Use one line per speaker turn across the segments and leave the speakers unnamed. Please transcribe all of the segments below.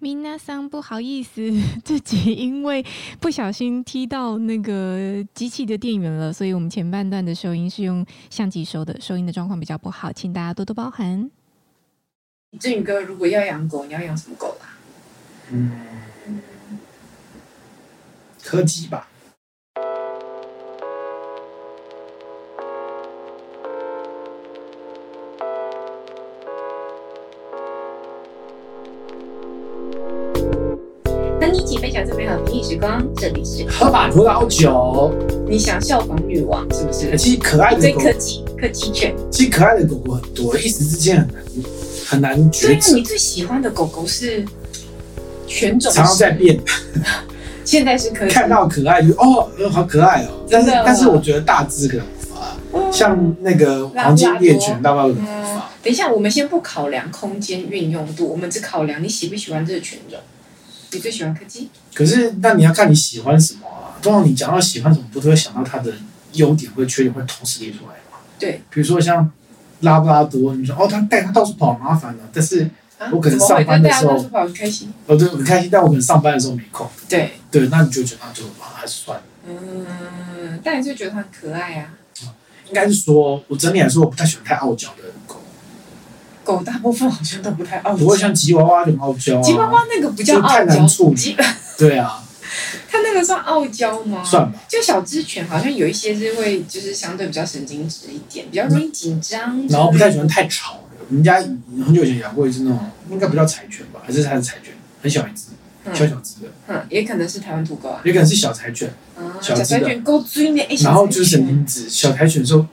米娜桑，不好意思， 自己因为不小心踢到那个机器的电源了，所以我们前半段的收音是用相机收的，收音的状况比较不好，请大家多多包涵。
志宇哥，如果要养狗，你要养什么狗啊？
嗯，柯基吧。
跟你一起分享最美好的平时光，这里是
喝把葡萄酒，哎
你想效仿女王是不是？
其实可爱的
追
狗，
科技科技犬，
其实可爱的狗狗很多，一时之间很难很难
对
抉
啊，
择，
你最喜欢的狗狗是犬种是？
常常在变。
现在是科技，
看到可爱就哦，呃好可爱哦。但是
真的
但是我觉得大只可能无法，
哦
像那个黄金猎犬，大概可能无
嗯
法。，
等一下，我们先不考量空间运用度，我们只考量你喜不喜欢这个犬种。你最喜欢柯基？
可是那你要看你喜欢什么啊。通常你讲到喜欢什么，不都会想到它的优点或缺点会同时列出来吗？
对，
比如说像拉布拉多，你说哦，它带它到处跑麻烦了、但是
啊，
我可能
怎么会
上班的
对啊
时候
到处跑开心。
哦对，很开心，但我可能上班的时候没空。
对，
对，那你就觉得那就啊还是算了。
嗯，但你就觉得它很可爱啊。
应该是说，我整体来说，我不太喜欢太傲娇的狗，
狗大部分好像都不太傲娇，
不会像吉娃娃就很傲娇啊。
吉娃娃那个不叫
就太
傲
难
娇，
处理
吉
对啊，
它那个算傲娇吗？
算吧。
就小只犬好像有一些是会，就是相对比较神经质一点，比较容易紧张，
嗯然后不太喜欢。太吵的。我们家很久以前养过一只那种，应该不叫柴犬吧，还是它是柴犬，很小一只，小
嗯
小只的，
嗯，也可能是台湾土狗啊，
也可能是小柴犬。
啊，
小
小
只
柴
的
犬够追呢，哎
然后就
小柴
是。
犬
神经质，小柴犬的时候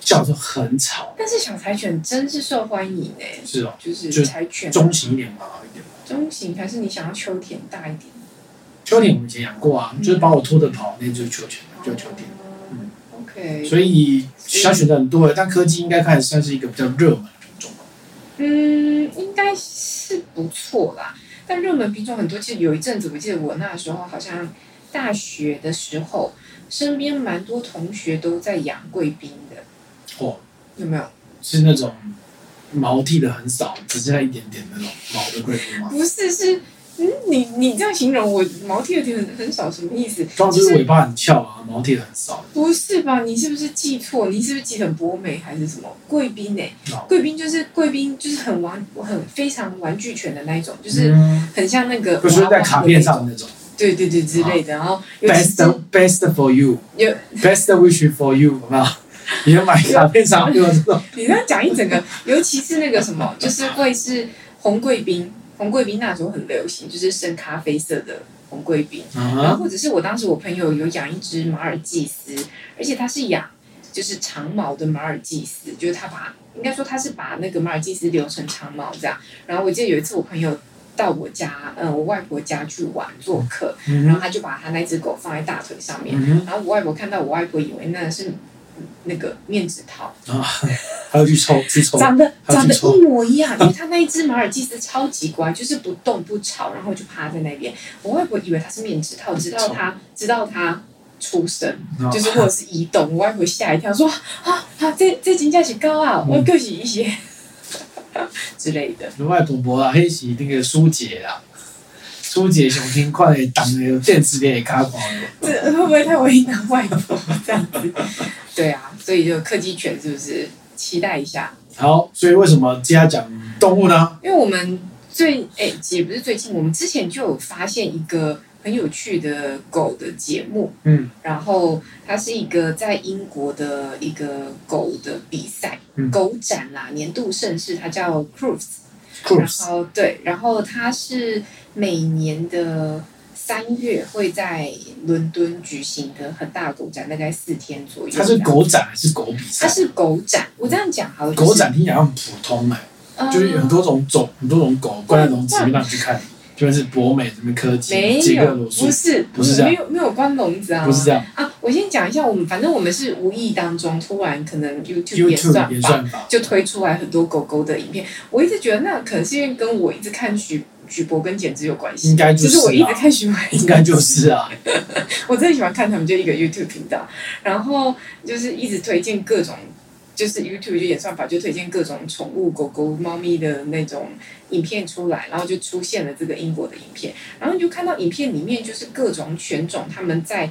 叫的时候很吵，
但是小柴犬真是受欢迎呢，
是哦，
就是
就
柴犬
中型一点吧，好一点。
中型，还是你想要秋田大一点？
秋田我们以前养过啊，就是把我拖着跑那只秋田，叫秋田。嗯
嗯，OK，
所以小选择很多，但柯基应该看算是一个比较热门的品种吧。
嗯，应该是不错啦。但热门品种很多，其实有一阵子，我记得我那时候好像大学的时候，身边蛮多同学都在养贵宾的，
哦，
有没有？
是那种毛剃的很少，只剩下一点点那种毛的贵宾吗？
不是，是嗯，你你这样形容我毛剃的很很少，什么意思？
通常
其
就是
实
尾巴很翘啊，毛剃的很少。
不是吧？你是不是记错？你是不是记成博美还是什么贵宾呢、
哦
贵宾就是贵宾，就是很玩很非常玩具犬的那一种，就是
嗯，
很像那个
不是
娃
在
娃
卡
的
片
那种
上的那种
对对对之类的，然后有几只
best best for you
有
best wish for you 有没有？你要买卡片上有这 种，
你这样讲一整个，尤其是那个什么，就是会是红贵宾，红贵宾那时候很流行，就是深咖啡色的红贵宾，然
啊
后或者是我当时我朋友有养一只马尔济斯，而且它是养就是长毛的马尔济斯，就是他把应该说他是把那个马尔济斯留成长毛这样。然后我记得有一次我朋友到我家，嗯，我外婆家去玩做客，然后
嗯
他就把他那只狗放在大腿上面。
嗯，
然后我外婆看到我外婆以为那是那个面纸套，
还要去抽去抽，
长得
哦还有
长得
去抽
一模一样，因为它那一只马尔济斯超级乖，就是不动不吵，然后就趴在那边。我外婆以为它是面纸套，直到它直到它出生，
哦
就是或者是移动，我外婆吓一跳说啊啊，这这真正是高
嗯
啊，我就是一些 之类的。
外婆婆啊，迄是那个苏姐啦，苏姐上天看的当的电视机的卡看的，
这会不会太为难外婆这样子？对啊，所以就柯基犬是不是期待一下？
好，所以为什么接下来讲动物呢？
因为我们最哎、也不是最近，我们之前就有发现一个很有趣的狗的节目，
嗯
然后它是一个在英国的一个狗的比赛，
嗯
狗展啦，年度盛事，它叫 Cruise，然
，Cruise
后对，然后它是每年的。三月会在伦敦举行的很大的狗展，大概四天左右。
它是，狗展还是狗比赛
它？是狗展。我这样讲好了，就是
狗展听起来很普通哎、
呃
就是有很多种种，很多种狗关在笼子里面让你去看，这边是博美，这边科
没
技，捷克
有，
罗素
不，是
不是这样
没有没有关笼子啊，
不是这样
啊，我先讲一下，我们反正我们是无意当中突然可能 YouTube 也
，YouTube
算
演
吧，
算法，
就推出来很多狗狗的影片。我一直觉得那可能是因为跟我一直看徐徐博跟简直有关系，
应该就
就是是
啊
我一直看徐博，
应该就是啊，
我真的喜欢看他们就一个 YouTube 频道，然后就是一直推荐各种就是 YouTube 就演算法就推荐各种宠物狗狗、猫咪的那种影片出来，然后就出现了这个英国的影片，然后你就看到影片里面就是各种犬种他们在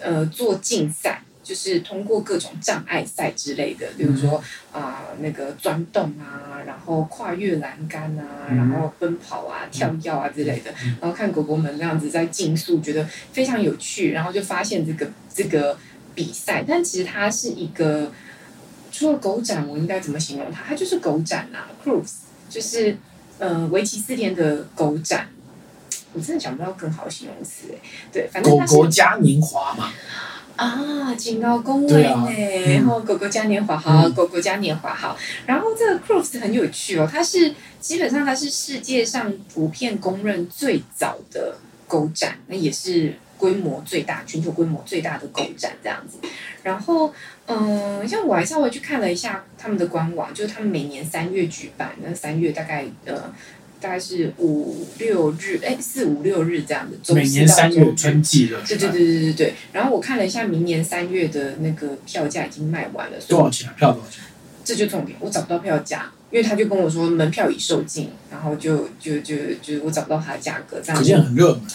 呃做竞赛，就是通过各种障碍赛之类的，比如说啊、那个钻洞啊，然后跨越栏杆啊，
嗯
然后奔跑啊、跳跃啊之类的
嗯，
然后看狗狗们那样子在竞速，觉得非常有趣，然后就发现这个这个比赛，但其实它是一个除了狗展，我应该怎么形容它？它就是狗展啊，cruise 就是呃为期四天的狗展。我真的想不到更好的形容词哎，对，反正
狗
它是
狗嘉年华嘛，
啊，警告工位
对
呢，
啊嗯
然后狗狗嘉年华好，
嗯
狗狗嘉年华好，然后这个 Crofts 很有趣哦，它是基本上它是世界上普遍公认最早的狗展，那也是规模最大，全球规模最大的狗展这样子。然后，嗯，像我还稍微去看了一下他们的官网，就是他们每年三月举办，那三月大概呃。大概是五六日，哎，四五六日这样子。周四
每年
到
三
周
月
日
春季的，
对对对对对对。然后我看了一下，明年三月的那个票价已经卖完了，所
多
以
少钱啊？票多少
嗯
钱？
这就重点，我找不到票价，因为他就跟我说门票已售罄，然后就就就就我找不到它的价格，这样
可
子
见很热门哦。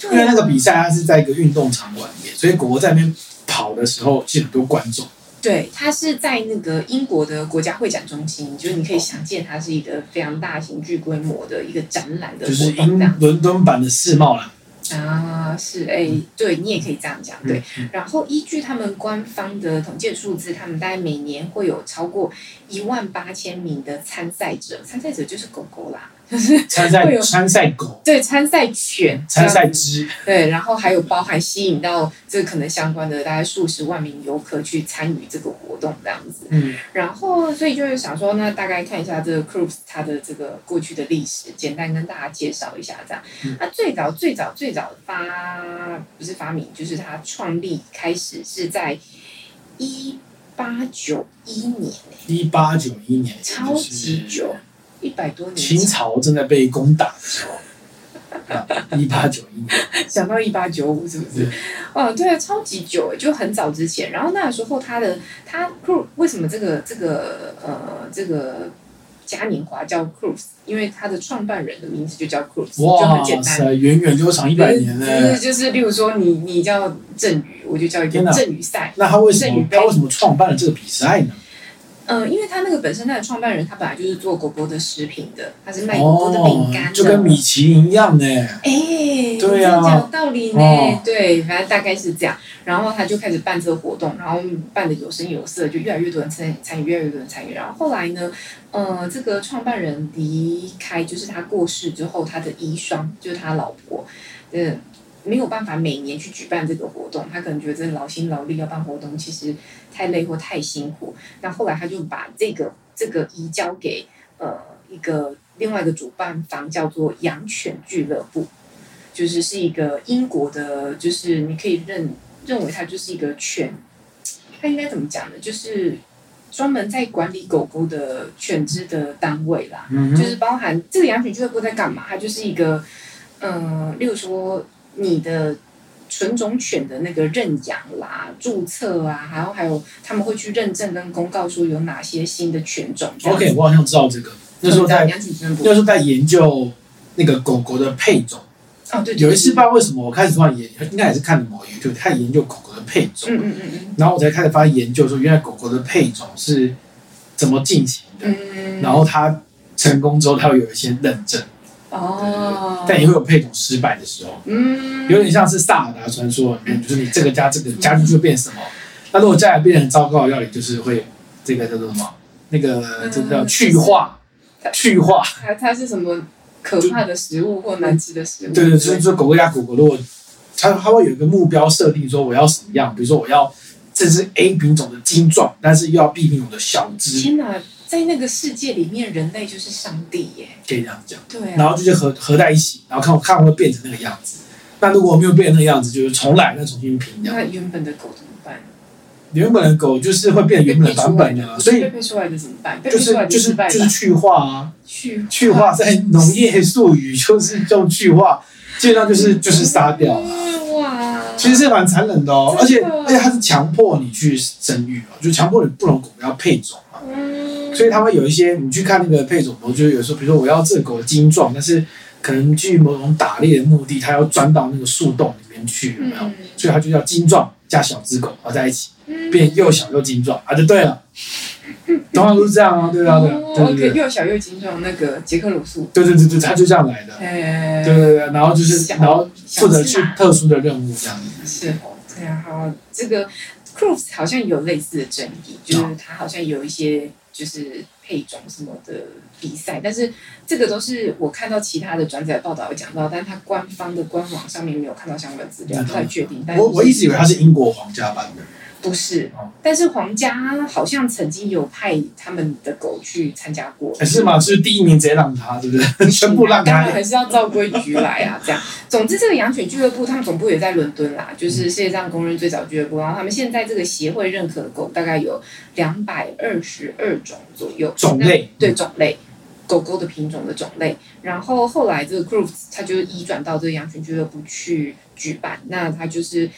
对啊
因为那个比赛它是在一个运动场馆里面，所以狗狗在那边跑的时候，其实很多观众。
对，它是在那个英国的国家会展中心，就是你可以想见它是一个非常大型、巨规模的一个展览的
就
活
是
动
英
这样
伦敦版的世贸啦。
啊，是哎、对你也可以这样讲，对。
嗯，
然后依据他们官方的统计数字，他们大概每年会有超过一万八千名的参赛者，参赛者就是狗狗啦，
嗯参
会
赛
有
参赛狗，
对，参赛犬，
参
这
赛
样子
之，
对，然后还有包含吸引到这可能相关的大概数十万名游客去参与这个活动这样子。
嗯，
然后，所以就是想说，那大概看一下这个 Cruise 它的这个过去的历史，简单跟大家介绍一下这样
嗯。
那最早最早最早发不是发明，就是它创立开始是在一八九一年，
一八九一年，
超级久，一百多年
清
前。
朝正在被攻打的时候，一八九一年，
想到一八九五是不是
对？
哦，对啊，超级久，就很早之前。然后那时候他的他 cruise 为什么这个这个呃这个嘉年华叫 cruise？因为他的创办人的名字就叫 cruise，就很简单。
哇塞，远远就长一百年
就是
嘞。
就是，例如说你你叫郑宇，我就叫一
天
个
哪
郑宇赛。
那他为什
郑宇
么
杯
他为什么创办了这个比赛呢？
嗯、因为他那个本身那个创办人，他本来就是做狗狗的食品的，他是卖狗狗的饼
哦
干的，，啊
就跟米其林一样呢。
哎，
对
呀、
啊
讲有道理呢、
哦
对，反正大概是这样。然后他就开始办这个活动，然后办的有声有色，就越来越多人参参与，越来越多人参与。然后后来呢，呃，这个创办人离开，就是他过世之后，他的遗孀就是他老婆，嗯。没有办法每年去举办这个活动，他可能觉得真的劳心劳力要办活动，其实太累或太辛苦。那后来他就把这个这个移交给呃一个另外一个主办方叫做养犬俱乐部，就是是一个英国的，就是你可以认认为它就是一个犬，它应该怎么讲呢？就是专门在管理狗狗的犬只的单位啦。
嗯
就
哼，
是包含这个养犬俱乐部在干嘛？它就是一个，嗯、例如说你的纯种犬的那个认养啦、注册啊，然后还有他们会去认证跟公告说有哪些新的犬种这样子。
OK，我好像知道这个。那时候在
养犬俱乐部
那时候在研究那个狗狗的配种。
哦，对，对
有一次，不知，道为什么，我开始突然研，应该也是看某 YouTube，他研究狗狗的配种，
对嗯嗯嗯
然后我才开始发现研究说，原来狗狗的配种是怎么进行的，
嗯嗯，
然后它成功之后，它会有一些认证，
哦，
但也会有配种失败的时候，
嗯，
有点像是萨尔达传说里面，就是你这个加这个加进去就变什么，那如果加来变成糟糕的料理，就是会这个叫做什么？那个这个叫
嗯
去化
它，
去化，
它它是什么可怕的食物或难吃的食物？
对对，所以说狗狗加狗狗，如果它它会有一个目标设定，说我要什么样，比如说我要这只 A 品种的精壮，但是又要 B 品种的小只，
天哪，在那个世界里面，人类就是上帝耶！
可以这样讲，
对啊
然，后这些合合在一起，然后看看会变成那个样子。那如果没有变成那个样子，就是重来，再重新评这样。
那原本的狗怎么办？
原本的狗就是会变成原本的版本的，所
被
以
配出来的怎么办？被
就
配出
是
来的
就是
失败吧
就是去化啊，
去
去化在农业术语就是用去化，基本上就是就是杀掉啊。
嗯哇，
其实是蛮残忍的哦，而且
真的
而且它是强迫你去生育哦，就强迫你不同狗要配种嘛。
嗯，
所以他们有一些，你去看那个配种狗，就是有时候，比如说我要这个狗的精壮，但是可能去某种打猎的目的，它要钻到那个树洞里面去，有没有？
嗯
所以它就叫精壮加小只狗合在一起，
嗯
变又小又精壮啊，就对了。 通常都是这样啊，对啊，对啊，
哦
对对
OK，
对，
又小又精壮那个杰克鲁素，
对对对对，它就这样来的。
哎，
对对对，然后就是
小啊
然后负责去特殊的任务这样子。
是哦，对啊，好，这个 Cruz 好像有类似的争议，就是他好像有一些就是配种什么的比赛，但是这个都是我看到其他的转载报道有讲到，但他官方的官网上面没有看到相关资料，不太确定。但是
嗯我我一直以为它是英国皇家版的，
不是
哦，
但是皇家好像曾经有派他们的狗去参加过，
哎是吗？是第一名直接让它，对不对？全部让
啊当
它
然。还是要照规矩来啊，这样。总之，这个养犬俱乐部他们总部也在伦敦啦，就是世界上公认最早俱乐部。然后他们现在这个协会认可的狗大概有两百二十二种左右
种类
那对种类。狗狗的品种的种类，然后后来这个 Grooves 它就移转到这个养犬俱乐部去举办，那它就是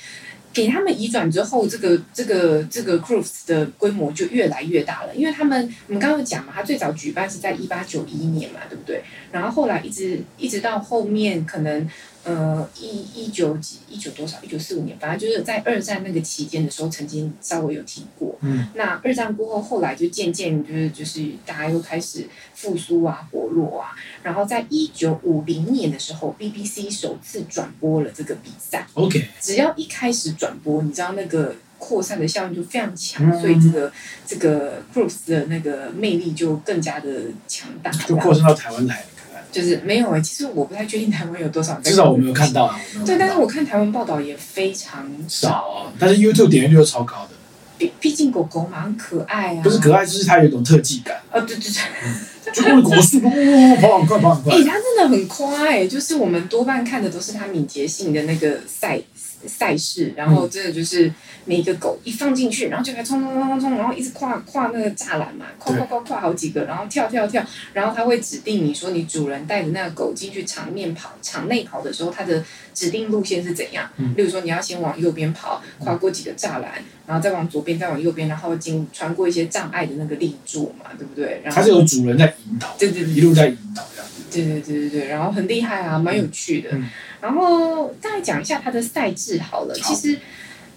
给他们移转之后，这个这个这个 Grooves 的规模就越来越大了，因为他们我们刚刚有讲嘛，它最早举办是在一八九一年嘛，对不对？然后后来一直一直到后面可能呃一一九几一九多少一九四五年，反正就是在二战那个期间的时候，曾经稍微有提过。
嗯，
那二战过后，后来就渐渐就是就是大家又开始复苏啊、活络啊。然后在一九五零年的时候，BBC 首次转播了这个比赛。
OK，
只要一开始转播，你知道那个扩散的效应就非常强，
嗯
所以这个这个 Bruce 的那个魅力就更加的强大。
就扩散到台湾来了，可能
就是没有哎、其实我不太确定台湾有多少人在
至少我没有看。到啊。我没有看到
对，但是我看台湾报道也非常
少
少，
啊，但是 YouTube 点阅率又超高的，
毕毕竟狗狗嘛很可爱啊。
不是可
爱，
爱，就是它有一种特技感，
呃、对对对，
就跟狗速度，呜跑很快，跑很快
哎、。 它真的很快、欸，就是我们多半看的都是它敏捷性的那个赛赛事，然
嗯
后真的就是每一个狗一放进去，然后就开始冲冲冲冲冲，然后一直跨跨那个栅栏嘛，跨跨
对
跨跨好几个，然后跳跳跳，然后它会指定你说你主人带着那个狗进去场面跑场内跑的时候，它的指定路线是怎样？
嗯
例如说你要先往右边跑，跨过几个栅栏，然后再往左边，再往右边，然后经穿过一些障碍的那个立柱嘛，对不对？然后
它是有主人在引导，
对对对
一路在引导这样子。
对对对对对，然后很厉害啊，蛮有趣的。
嗯
然后大概讲一下它的赛制好了。其
好
实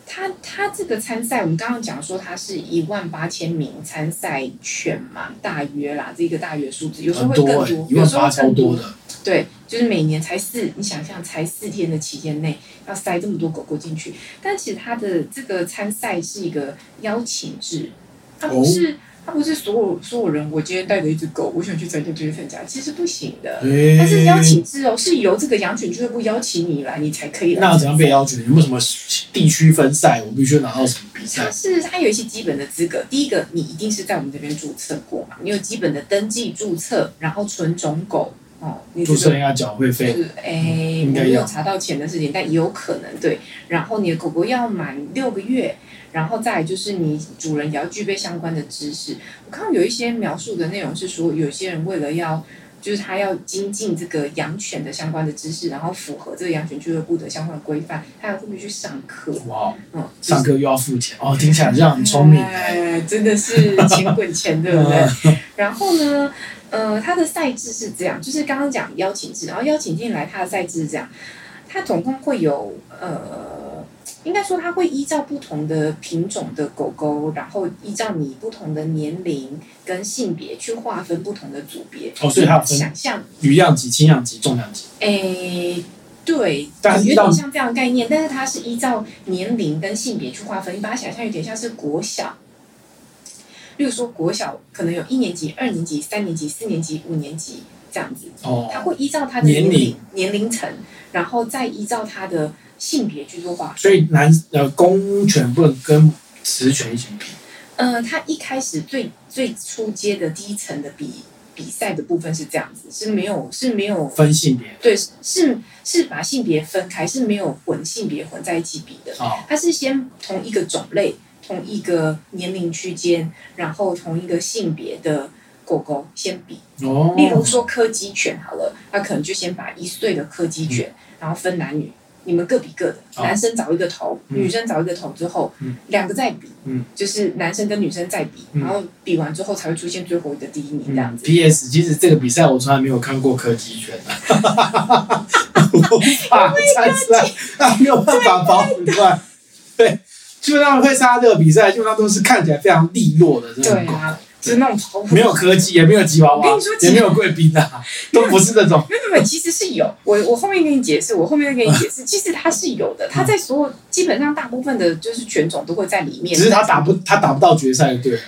它它这个参赛，我们刚刚讲说它是一万八千名参赛犬嘛，大约啦，这个大约数字，有时候会
很
更
多
多，
哎、一
有
万
时候
八
会
超
更
多。的，
对，就是每年才四，你想象才四天的期间内要塞这么多狗狗进去，但其实它的这个参赛是一个邀请制，它不是、它不是所有所有人，我今天带着一只狗，我想去参加就去参加，其实不行的。
嗯啊哎
它是邀请制哦，是由这个养犬俱乐部邀请你来，你才可以来。
那要怎样被？要求？有没有什么地区分赛？我必须拿到什么比
它
赛？
是它有一些基本的资格，第一个你一定是在我们这边注册过嘛，你有基本的登记注册，然后纯种狗哦，你这
注
个
册人要缴会费，
是哎，我
嗯应该
没有
要
查到钱的事情，但有可能对。然后你的狗狗要满六个月，然后再来就是你主人也要具备相关的知识。我看到有一些描述的内容是说，有些人为了要就是他要精进这个养犬的相关的知识，然后符合这个养犬俱乐部的相关规范，他还会去上课。
哇，
嗯，
上课又要付钱哦，听起来这样很聪明哎、
哎，真的是钱滚钱， 对不对？然后呢，呃，它的赛制是这样，就是刚刚讲邀请制，然后邀请进来，它的赛制是这样，它总共会有呃，应该说它会依照不同的品种的狗狗，然后依照你不同的年龄跟性别去划分不同的组别。
哦所以它有分
想象
余量级、轻量级、重量级，
诶，对，
但是
有
依照
点像这样的概念，但是它是依照年龄跟性别去划分，你把它想象有点像是国小。例如说，国小可能有一年级、二年级、三年级、四年级、五年级这样子，它
哦，
会依照它的
年
年
龄
龄年龄层，然后再依照它的性别去做划分。
所以男呃公犬不能跟雌犬一起比，
呃，他一开始最最初阶的第一层的比比赛的部分是这样子，是没有是没有
分性别
对是是是把性别分开，是没有混性别混在一起比的。
啊、
它是先同一个种类、同一个年龄区间，然后同一个性别的狗狗先比。
哦，
例如说柯基犬好了，它可能就先把一岁的柯基犬，然后分男女，你们各比各的，
嗯哦
男生找一个头，
嗯
女生找一个头之后
嗯，
两个再比
嗯，
就是男生跟女生再比，
嗯
然后比完之后才会出现最后一个第一名这样
嗯
子。
，P.S. 其实这个比赛我从来没有看过柯基犬，啊 我法参赛，啊他没有办法保很快。对，基本上会参加这个比赛，基本上都是看起来非常利落的这种
对
狗，
啊，就是那种头
嗯没有柯基，也没有吉娃
我
娃
跟你说，
也没有贵宾啊，都不是那种。
没有没有，其实是有。我我后面跟你解释，我后面再跟你解 释，其实它是有的。它在所有基本上大部分的就是犬种都会在里面，
只是他打不，他打不到决赛，对了，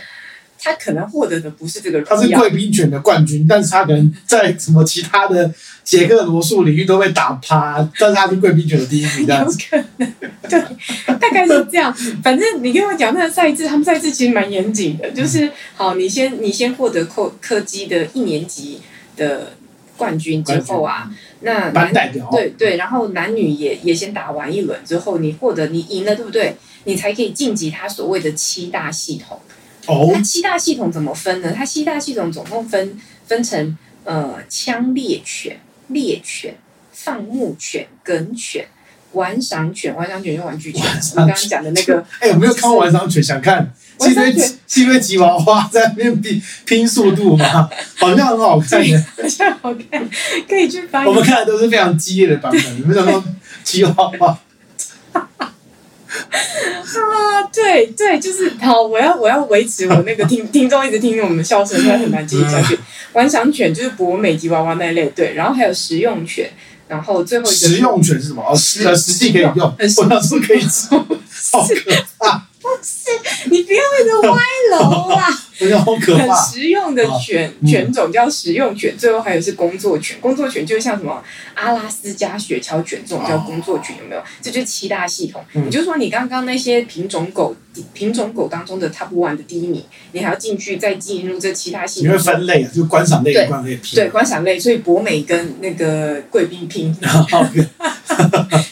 它可能获得的不是这个
他
荣
是
耀。
贵宾犬的冠军，但是他可能在什么其他的捷克罗素领域都被打趴，但是他是贵宾犬的第一名，这样
有
子。
可能， 对，大概是这样。反正你跟我讲那个赛制，他们赛制其实蛮严谨
嗯
的，就是好，你先你先获得科科技的一年级的冠军之后啊，那
班
男
代表，
对对，然后男女也也先打完一轮之后，你获得你赢了，对不对？你才可以晋级他所谓的七大系统。
哦
它，七大系统怎么分呢？它七大系统总共分分成呃枪猎犬、猎犬、放牧犬、梗犬、玩赏犬。玩赏犬就是玩具犬，我们刚刚讲的那个
哎，有没有看过晚上犬？想看？是
晚
因
上
为
犬
是因为吉娃娃在那边拼拼速 度吗？好像很好看耶。
好像好看，可以去翻
我
译
们。看的都是非常激烈的版本，你们 想说吉娃娃？
啊，对对，就是好，我要我要维持我那个听听众一直听我们的笑声，他很难继续下
嗯
去。玩赏犬就是博美吉娃娃那一类，对，然后还有食用犬，然后最后一个是
食用犬是什么？哦，实呃实际可以用，
很实
我想说可以吃，好可怕，
你不要一直歪楼啦。
我想好可
很
怕。
实用的犬
嗯
犬种叫实用犬，最后还有是工作犬。工作犬就像什么阿拉斯加雪橇犬这种叫工作犬，有没有？这就是七大系统。
啊嗯
也就是说，你刚刚那些品种狗品种狗当中的 Top One 的第一名，你还要进去再进入这七大系
你会
统。
分类啊，就观赏类
对
跟观赏类拼。
对，观赏类，所以博美跟那个贵宾 拼，
然后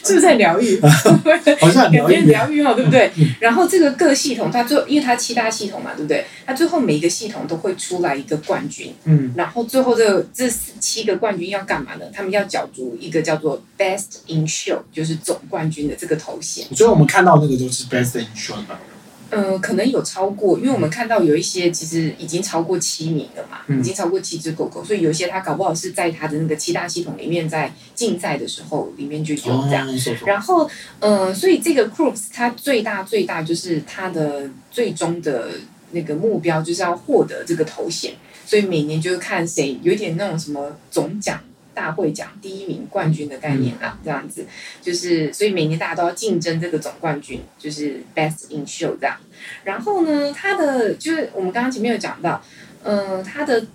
是不是在疗 愈？
好像很
感
啊疗
觉
愈啊，
疗愈哦，对不对
嗯？
然后这个各系统，它最因为它七大系统嘛，对不对？它最后每一个系统都会出来一个冠军，
嗯，
然后最后这个这四七个冠军要干嘛呢？他们要角逐一个叫做 Best in Show，就是总冠军的这个头衔。
所以我们看到那个都是 best in show 嘛，
呃，可能有超过，因为我们看到有一些其实已经超过七名了嘛，
嗯
已经超过七只狗狗，所以有一些它搞不好是在它的那个七大系统里面，在竞赛的时候里面就有这样。
哦，说说
然后，呃，所以这个 Crooks 它最大最大就是它的最终的那个目标就是要获得这个头衔，所以每年就是看谁有点那种什么总奖。大会奖第一名冠军的概念啦，这样子就是，所以每年大家都要竞争这个总冠军，就是 Best in Show 这样。然后呢，它的就是我们刚刚前面有讲到，嗯、它的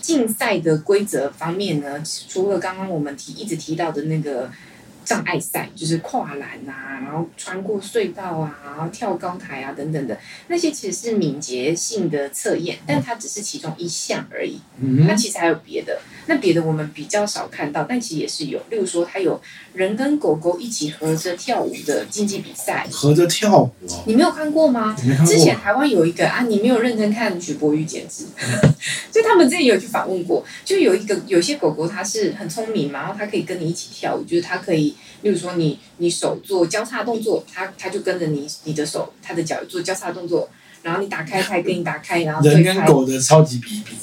竞赛的规则方面呢，除了刚刚我们提一直提到的那个障碍赛，就是跨栏啊，然后穿过隧道啊，然后跳高台啊等等的，那些其实是敏捷性的测验，但它只是其中一项而已。
嗯
它，其实还有别的，那别的我们比较少看到，但其实也是有。例如说，它有人跟狗狗一起合着跳舞的竞技比赛，
合着跳舞哦，
你没有看过吗？
你没看
之
过
前？台湾有一个啊，你没有认真看许博宇简直， 就他们之前有去访问过，就有一个有些狗狗它是很聪明嘛，然后它可以跟你一起跳舞，就是它可以，例如说你你手做交叉动作，它它就跟着你你的手，它的脚做交叉动作，然后你打开它也跟你打开，然后
人
对开
跟，狗的超级比比，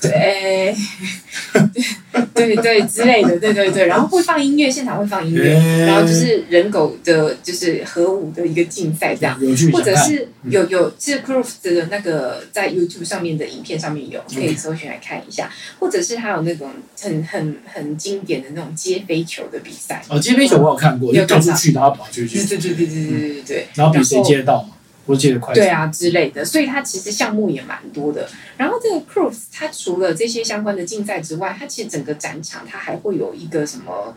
对， 对对对之类的，对对对，然后会放音乐，现场会放音乐，嗯然后就是人狗的就是合舞的一个竞赛这样。
有趣，
或者
想看
是有有是 Croof 的那个在 YouTube 上面的影片上面有，可以搜寻来看一下，或者是还有那种很很很经典的那种接飞球的比赛，
哦，接飞球我有看过，
你
就
有
丢
看
出去然后跑出
对
去，
对对对对对对对，
然后比谁接得到嘛，我接得快。
对，啊之类的，所以它其实项目也蛮多的。然后这个 Croof 它除了这些相关的竞赛之外，它其实整个展场它还会有一个什么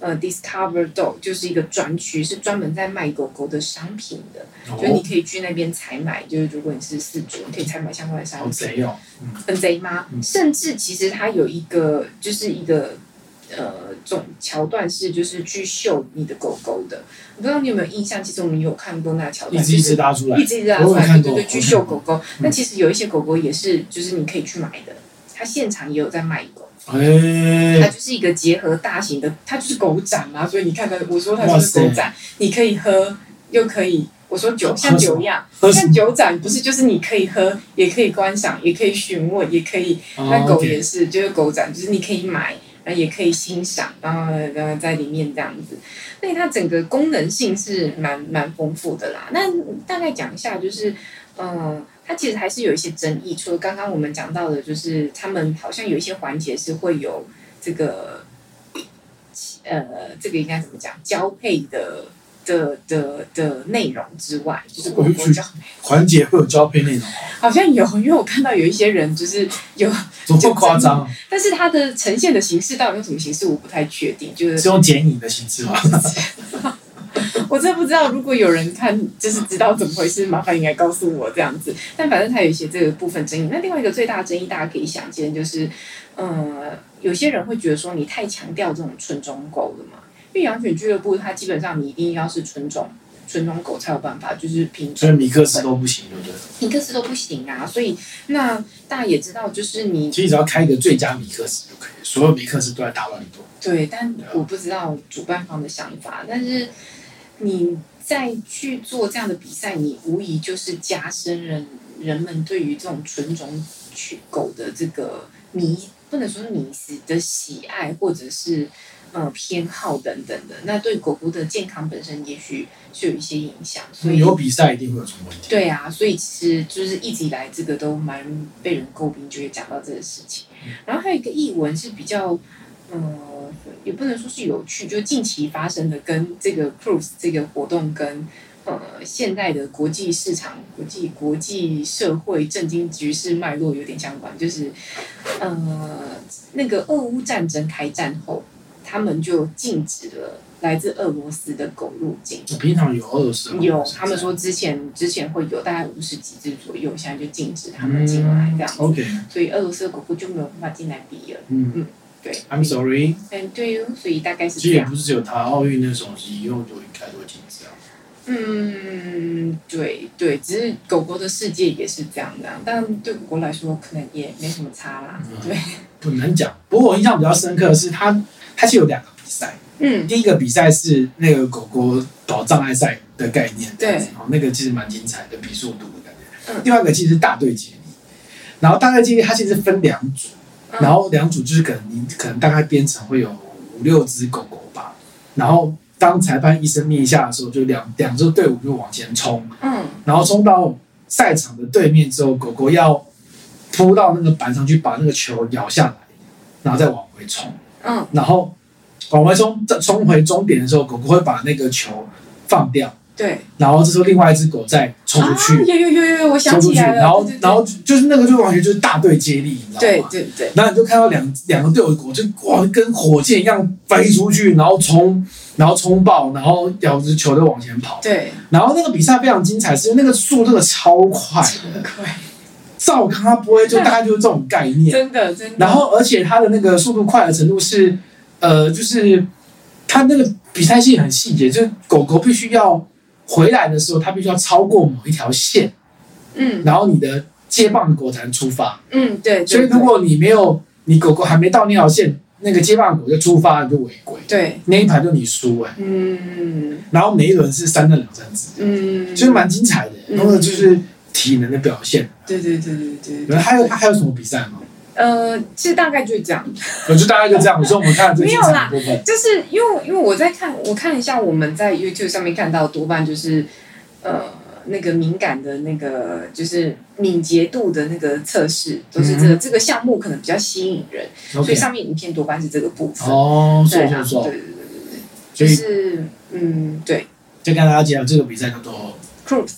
呃 Discover Dog，就是一个专区，是专门在卖狗狗的商品的。所以你
哦，
可以去那边采买，就是如果你是饲主，你可以采买相关的商
好
品。
贼哦，嗯
很贼吗？
嗯
甚至其实它有一个，就是一个呃总桥段是，就是去秀你的狗狗的。我不知道你有没有印象，其实我们有看过那个桥
一
段，
只一只
就是
拉出来
一，直一直拉
我有
出来，
看
对对
过嗯
对，去
我看
秀
过
狗狗。那其实有一些狗狗也是，就是你可以去买的，它现场也有在卖狗。它
哎，
就是一个结合大型的，它就是狗展嘛，所以你看它，我说它
哇
就是
塞
狗展，你可以喝，又可以，我说酒像酒一样，
喝什
像
么？
酒展不是就是你可以喝，也可以观赏，也可以询问，也可以，那
哦
狗
，OK
也是，就是狗展，就是你可以买，然后也可以欣赏，然后然后在里面这样子，所以它整个功能性是蛮蛮丰富的啦。那大概讲一下就是，嗯。它其实还是有一些争议，除了刚刚我们讲到的，就是他们好像有一些环节是会有这个，呃，这个应该怎么讲，交配的的的的内容之外，就是狗狗交
环节会有交配内容，
好像有，因为我看到有一些人就是有，
怎么会夸张？
但是它的呈现的形式到底用什么形式，我不太确定。就是
是用剪影的形式 吗？
我真的不知道，如果有人看就是知道怎么回事，麻烦应该告诉我这样子。但反正它有一些这个部分争议。那另外一个最大的争议，大家可以想见就是，呃，有些人会觉得说你太强调这种纯种狗了嘛，因为养犬俱乐部它基本上你一定要是纯种纯种狗才有办法，就是品
所以
种。
米克斯都不行，对不对？
米克斯都不行啊，所以那大家也知道，就是你
其实只要开一个最佳米克斯就可以，所有米克斯都在打乱你多。
对，但我不知道主办方的想法，但是你再去做这样的比赛，你无疑就是加深人人们对于这种纯种去狗的这个迷，不能说迷思的喜爱，或者是呃偏好等等的，那对狗狗的健康本身也许是有一些影响，所以
嗯有比赛一定会有这种问题。
对啊，所以其实就是一直以来这个都蛮被人诟病，就会讲到这个事情。然后还有一个译文是比较，嗯、也不能说是有趣，就近期发生的跟这个 cruise 这个活动跟呃现在的国际市场、国际国际社会震惊局势脉络有点相关，就是呃那个俄乌战争开战后，他们就禁止了来自俄罗斯的狗入境。
平常有俄罗斯的狗
有
是，不是
他们说之前之前会有大概五十几只左右，现在就禁止他们进来
嗯
这样子，
OK，
所以俄罗斯的狗狗就没有办法进来比了。
嗯
嗯，对
，I'm sorry，
嗯，对哦，所以大概是
其实
这
也
样。
不是只有啊他，奥运那时候是以后就应该都会禁止啊。
嗯，对对，只是狗狗的世界也是这样的啊，但对狗狗来说可能也没什么差啦。
嗯
对，
不能讲，不过我印象比较深刻的是他，他其实有两个比赛，
嗯，
第一个比赛是那个狗狗搞障碍赛的概念，
对
然哦后那个其实蛮精彩的，比速度的感觉。
嗯
第二个其实是大队接力，然后大队接力它其实分两组，
嗯
然后两组就是可能你可能大概编成会有五六只狗狗吧，然后当裁判一声令下的时候，就两两支队伍就往前冲，
嗯
然后冲到赛场的对面之后，狗狗要扑到那个板上去把那个球咬下来，然后再往回冲。
嗯
然后往回冲，再冲回终点的时候，狗狗会把那个球放掉，
对。
然后这时候另外一只狗再冲
啊
出去，，
有有有有有，我
冲
想
出
起
去，
来了。
然后
对对对
然后就是那个就完全就是大队接力，你知道吗？
对对对，
然后你就看到两两个队友的狗就哇跟火箭一样飞出去，然后冲，然后冲爆，然后咬着球就往前跑。
对，
然后那个比赛非常精彩，是因为那个速度超快的，照康他不会就大概就是这种概念。
真的真的。
然后而且它的那个速度快的程度是，呃，就是它那个比赛性很细节，就是狗狗必须要回来的时候，它必须要超过某一条线，
嗯
然后你的接棒的狗才能出发。
嗯对，对
所以如果你没有，你狗狗还没到那条线，那个接棒的狗就出发，你就违规，
对，
那一盘就你输哎、
嗯
然后每一轮是三到两三只，
嗯，
就是蛮精彩的、
嗯
然后就是体能的表现。
对对对对对对，
然后还有它还有什么比赛吗？
呃，其实大概就这样，
我就大概就这样，所以我们看了最精
没
彩
有啦
的部分。
就是因为因为我在看，我看一下我们在 YouTube 上面看到，多半就是呃那个敏感的那个就是敏捷度的那个测试，都是这个、这个项目可能比较吸引人，所
嗯 OK
以上面影片多半是这个部分。
哦，
对
是
啊
是
对对
是，
对对对，就
所以
是嗯对
就跟大家介绍这个比赛叫做
，Cruise。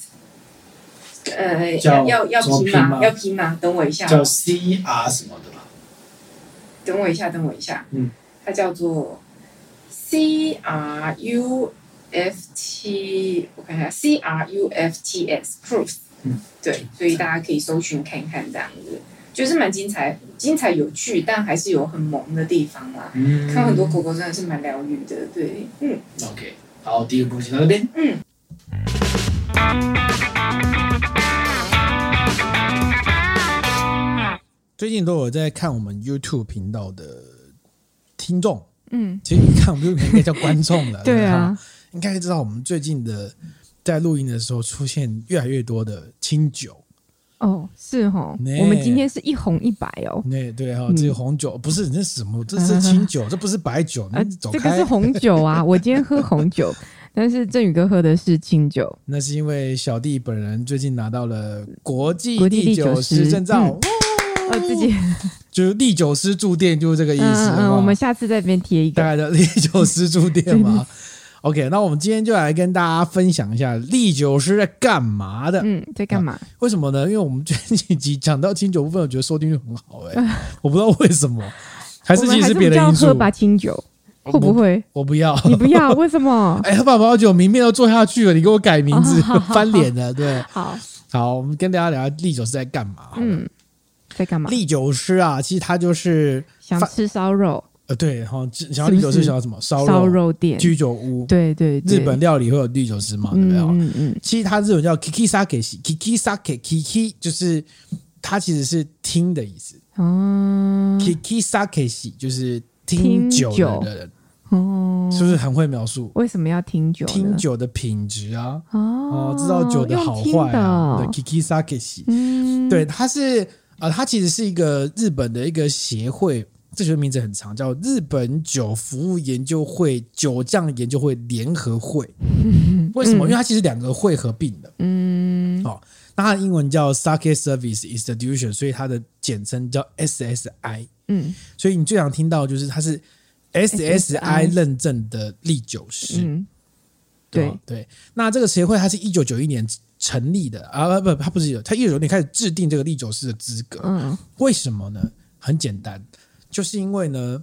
呃，要
叫
要要
什么
拼
拼
吗？
吗
要拼吗？等我一下哦，
叫 CR 什么的吧，
等我一下，等我一下，
嗯，
它叫做 C R U F T，我看一下 C R U F T S Proof，
嗯，
对，所以大家可以搜寻看一看这样子，就是蛮精彩、精彩有趣，但还是有很萌的地方啦。
嗯
看很多狗狗真的是蛮疗愈的，对，嗯
OK，好，第一个部分先到这边。
嗯。
最近都有在看我们 YouTube 频道的听众，
嗯，
其实你看我们 YouTube 应该叫观众 了，
对啊，，
应该知道我们最近的在录音的时候出现越来越多的清酒，
哦，是哦，
呢
我们今天是一红一白哦，
那对哈、
嗯
这个红酒不是那是什么？这是清酒，这不是白酒，
呃
你哎走，
这个是
开。
红酒 啊，我今天喝红酒，但是振宇哥喝的是清酒，
那是因为小弟本人最近拿到了国际
国际
第
第九
九师
师
证照，
嗯呃，自己，
就是第九师驻店就是这个意
嗯
哎思
嗯
嘛
嗯，我们下次在这边贴一
大
个，
概的历酒师驻店 嘛。OK，那我们今天就来跟大家分享一下历酒师在干嘛的。
嗯，在干嘛？
为什么呢？因为我们最近几集讲到清酒部分，我觉得收听率很好 哎、我不知道为什么，
还
还是其实是别的
要
因素
喝。吧清酒，会不会？
我不 要，
你不要，为什么？
哎，喝爸爸酒明面都做下去了，你给我改名字，翻脸了。对，
好，
好，我们跟大家聊聊历酒师在干嘛。嗯，
嗯，在干嘛？
历酒师啊，其实他就是
想吃烧肉，
呃，对，哈，想要历酒
是
师
不是
想要什么 烧
烧肉店，
居酒屋，
对对对，
日本料理会有历酒师嘛？对不
嗯，
对？
嗯嗯
其实它日文叫 kiki sake kiki sake kiki，就是它其实是听的意思。
嗯，哦
kiki sake 就是听酒的人，
哦，
是不是很会描述
为什么要听酒呢？
听酒的品质啊？
嗯哦
哦，，知道酒的好
用听
坏
的
啊？
哦
对，kiki sake，
嗯，
对，它是呃，它其实是一个日本的一个协会。这学名字很长，叫日本酒服务研究会酒匠研究会联 合会。为什么？因为它其实两个会合并的。
嗯，
哦，那它的英文叫 Sake Service Institution，所以它的简称叫 SSI。
嗯
所以你最常听到就是它是 SSI 认证的历酒师，
嗯，
对吧对。那这个协会它是一九九一年成立的啊，不，它不是有，它一九九年开始制定这个历酒师的资格。
嗯
为什么呢？很简单，就是因为呢，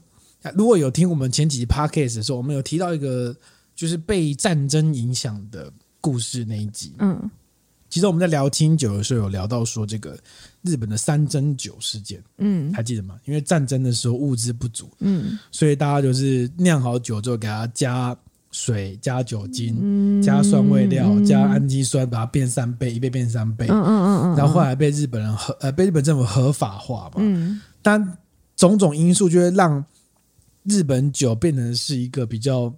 如果有听我们前几集 podcast 的时候，我们有提到一个就是被战争影响的故事那一集，
嗯
其实我们在聊清酒的时候，有聊到说这个日本的三针酒事件，
嗯
还记得吗？因为战争的时候物资不足，
嗯
所以大家就是酿好酒之后，给它加水、加酒精、
嗯，
加酸味料、
嗯
加氨基酸，把它变三倍，一倍变三倍。
嗯嗯嗯嗯，
然后后来被日本人合呃被日本政府合法化嘛，
嗯
但种种因素就会让日本酒变成是一个比较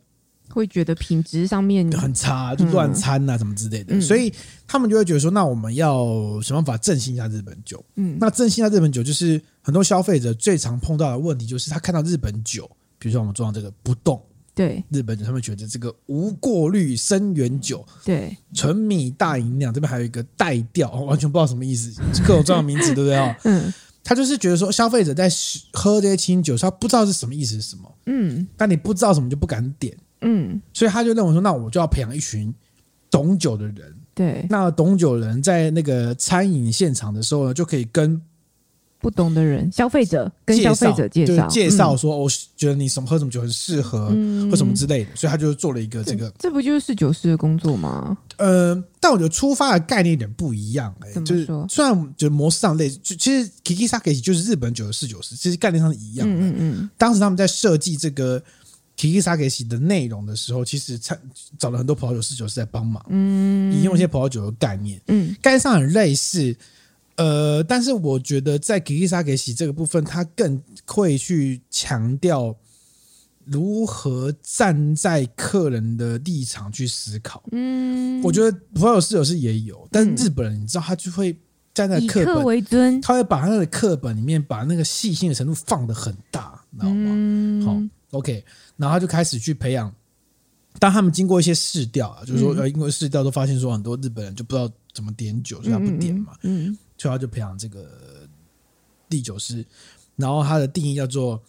会觉得品质上面
很差，就乱掺啊什么之类的，
嗯
所以他们就会觉得说，那我们要想办法振兴一下日本酒。
嗯
那振兴一下日本酒，就是很多消费者最常碰到的问题，就是他看到日本酒，比如说我们装这个不动
对
日本酒，他们觉得这个无过滤生原酒、
对
纯米大吟酿，这边还有一个带调，哦完全不知道什么意思，各种专有名词，对不对哦？
嗯
他就是觉得说，消费者在喝这些清酒的时候，他不知道是什么意思是什么，
嗯
但你不知道什么就不敢点。
嗯
所以他就认为说，那我就要培养一群懂酒的人。
对，
那懂酒的人在那个餐饮现场的时候呢，就可以跟
不懂的人消费者跟
介
消
绍
费者介
就是
绍
介绍说，哦我、觉得你什么喝什么酒很适合，
嗯
或什么之类的。所以他就做了一个这个，
这不就是酒师的工作吗？
呃，但我觉得出发的概念有点不一样、哎，
怎么
就是
说
虽然就是模式上类似，就其实 Kiki Sake 就是日本酒的侍酒师，其实概念上是一样的。
嗯嗯嗯，
当时他们在设计这个 Kiki Sake 的内容的时候，其实参找了很多葡萄酒侍酒师在帮忙，嗯，引用一些葡萄酒的概念，
嗯，
概念上很类似，呃，但是我觉得在 Kiki Sake 这个部分，它更会去强调如何站在客人的立场去思考。
嗯，
我觉得葡萄酒侍酒师也有，但
嗯
是日本人你知道，他就会站在
以
课
客
本。
为尊，
他会把他的课本里面把那个细心的程度放得很大，你知道吗？
嗯，
好、o k 然后他就开始去培养。当他们经过一些试调啊，就是说，
嗯
呃，因为试调都发现说很多日本人就不知道怎么点酒，所以他不点嘛，
嗯，嗯，
所以他就培养这个第酒师，然后他的定义叫做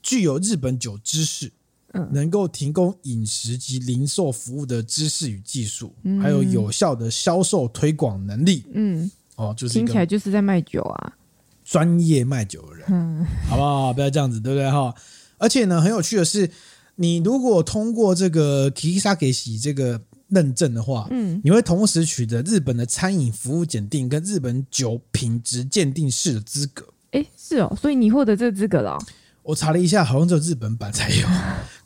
具有日本酒知识，
嗯
能够提供饮食及零售服务的知识与技术，
嗯
还有有效的销售推广能力，
嗯嗯，
哦，就是一
听起来
个
就是在卖酒啊，
专业卖酒的人。
嗯
好不好？不要这样子，对不对哈？而且呢，很有趣的是，你如果通过这个 Kisakesi 这个认证的话，
嗯
你会同时取得日本的餐饮服务检定跟日本酒品质鉴定士的资格。
哎，是哦，所以你获得这个资格了哦、
我查了一下，好像只有日本版才 有，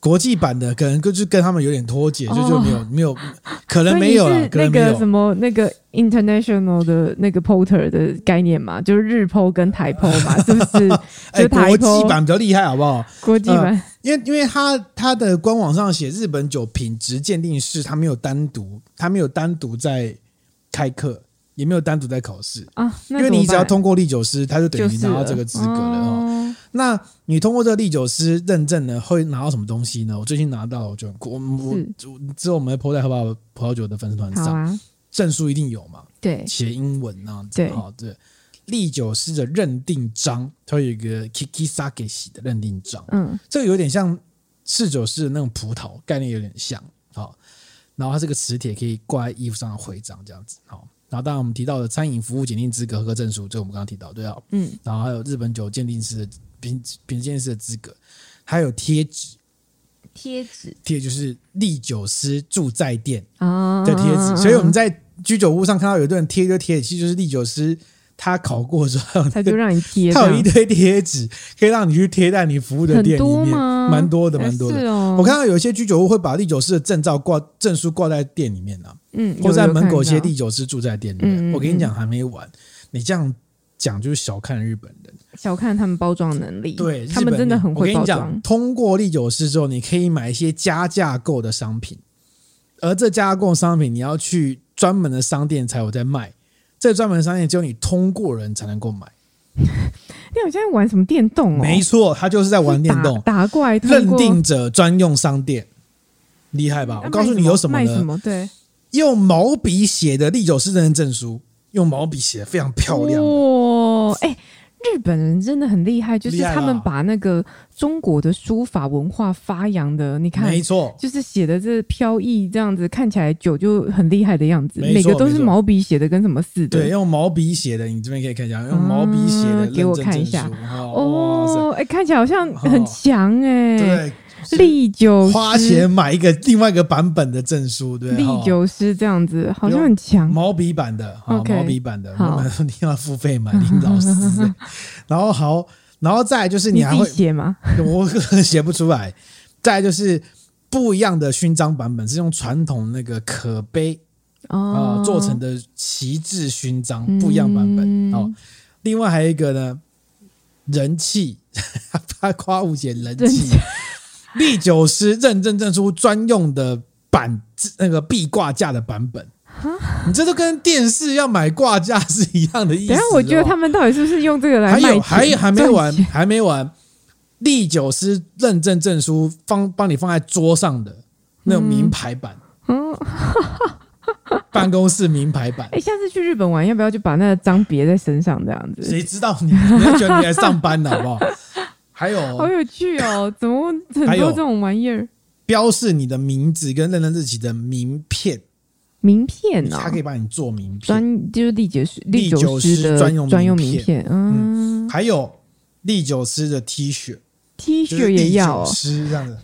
国际版的可能就是跟他们有点脱节，就就没有没有，可能没有
所以
了
你，
可
是那
能没
个什
有。
么那个 international 的那个 porter 的概念嘛，就是日 po 跟台 po 嘛，是不 是？
哎，
就台
国
头
际版比较厉害，好不好？
国际版、
因为因为它它的官网上写日本酒品质鉴定师，它没有单独，它没有单独在开课，也没有单独在考试，
啊，那
因为你只
怎
要
么
通过历酒师，他就等
办
于你拿到这个资格了哦。那你通过这个历酒师认证呢，会拿到什么东西呢？我最近拿到了，我就很酷。我我我之后我们会 PO 在喝吧葡萄酒的粉丝团
就是了好
上，
啊，
证书一定有嘛，
对，
写英文那样子。
对
好、对。历酒师的认定章，它有一个 Kiki Sake 洗的认定章，
嗯，
这个有点像侍酒师的那种葡萄概念，有点像。好、然后它这个磁铁可以挂在衣服上的徽章这样子。好、然后当然我们提到的餐饮服务检定资格合格证书，这个我们刚刚提到，对啊，
嗯，
然后还有日本酒鉴定师的品品鉴师的资格，还有贴纸，
贴纸
贴就是历酒师驻在店
啊
的贴纸，所以我们在居酒屋上看到有一堆人贴一堆贴纸，其实就是历酒师他考过之后，
他就让你贴这
他
样，
有一堆贴纸可以让你去贴在你服务的店
很
里
多
面，
吗？
蛮多的，
哎
蛮多的
是。哦，
我看到有一些居酒屋会把历酒师的证照挂证书挂在店里面呢、啊，
嗯，
或者在门口
有
些
有看
历酒师住在店里面。
嗯嗯
我跟你讲还没完，你这样讲就是小看日本
到
人。
小看他们包装能力，
对，
嗯他
日
们
本
真的
人
很
我
会
跟你
包
讲，
装，
通过历酒师之后，你可以买一些加价购的商品，而这加价购的商品你要去专门的商店才有在卖，这专门的商店只有你通过人才能够买。
你好像在玩什么电动哦？
没错，他就是在玩电动，
打打怪通
认
过
定者专用商店，厉害吧？
那
我告诉
卖
你有什么
卖什
呢？
么？对，
用毛笔写的历酒师认证证书，用毛笔写的非常漂亮。
哦哇，哎、日本人真的很厉害，就是
厉害吧
他们把那个中国的书法文化发扬的，你看
没。错，
就是写的这飘逸这样子，看起来酒就很厉害的样子，
没错
每个都是
没错
毛笔写的，跟什么似的。
对，用毛笔写的，你这边可以看一下，用毛笔写的
啊嗯
认
给我
证
看一
证
下
书。哦哇塞，哦
哦，哎、看起来好像很强哎、
对，
历酒师
花钱买一个另外一个版本的证书，对不对，
历
哦
酒师这样子，好像很强。
毛笔版的，啊，
OK，
毛笔版的，
好
我们你要付 费买，林老师，然后好，然后再来就是你
你
还
自
会
己，写吗？
我可能写不出来，再来就是。不一样的勋章版本是用传统那个可杯啊、
哦，
做成的旗帜勋章，不一样版本、
嗯
哦。另外还有一个呢，人气， 他夸误解人
人
气，历酒师认证证书专用的版那个壁挂架的版本。你这都跟电视要买挂架是一样的意思
等一
哦。
下，我觉得他们到底是不是用这个来
还
卖
有
钱
还有还没
赚
完
钱
还没完，历酒师认证证书放帮你放在桌上的那种名牌版，
嗯，
办公室名牌版
哎、，下次去日本玩，要不要就把那个章别在身上这样子？
谁知道你？你要觉得你来上班的好不 好？还
好
有
有趣哦！怎么很
还有
多这种玩意儿？
标示你的名字跟认证日期的名片，
名片呢、
他可以帮你做名片。
专就是历酒师
历酒
酒
师
的
专用
专用
名
名片，嗯
还有历酒师的 T 恤，
，T
就是
恤也
历
要
酒
哦。
师这样子，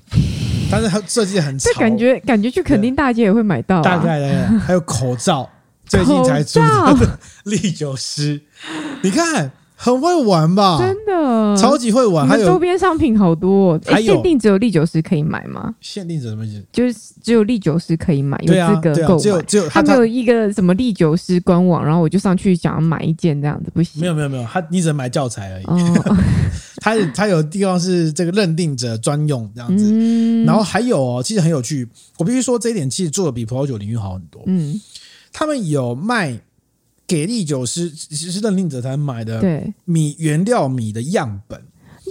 但是它设计得很潮
这，感觉感觉去肯定大街也会买到、啊，
大概大概还有口 罩，最近才出
口罩
的历酒师，你看很会玩吧？
真的
超。级会
我
玩，还
们周
有
边商品好多、哦，哎
还有
限定只有历酒师可以买吗？
限定者什么意思？
就是只有历酒师可以买，有
对啊，
资格
对啊，
购
只有
买。
只有他
他没
他
有一个什么历酒师官网，然后我就上去想要买一件这样子，不行。
没有没有没有，他你只能买教材而已。
哦，
它它有地方是这个认定者专用这样子，
嗯
然后还有哦，其实很有趣，我必须说这一点其实做的比葡萄酒领域好很多。
嗯，
他们有卖给力酒师，其实是认定者才能买的
对，
米原料米的样本，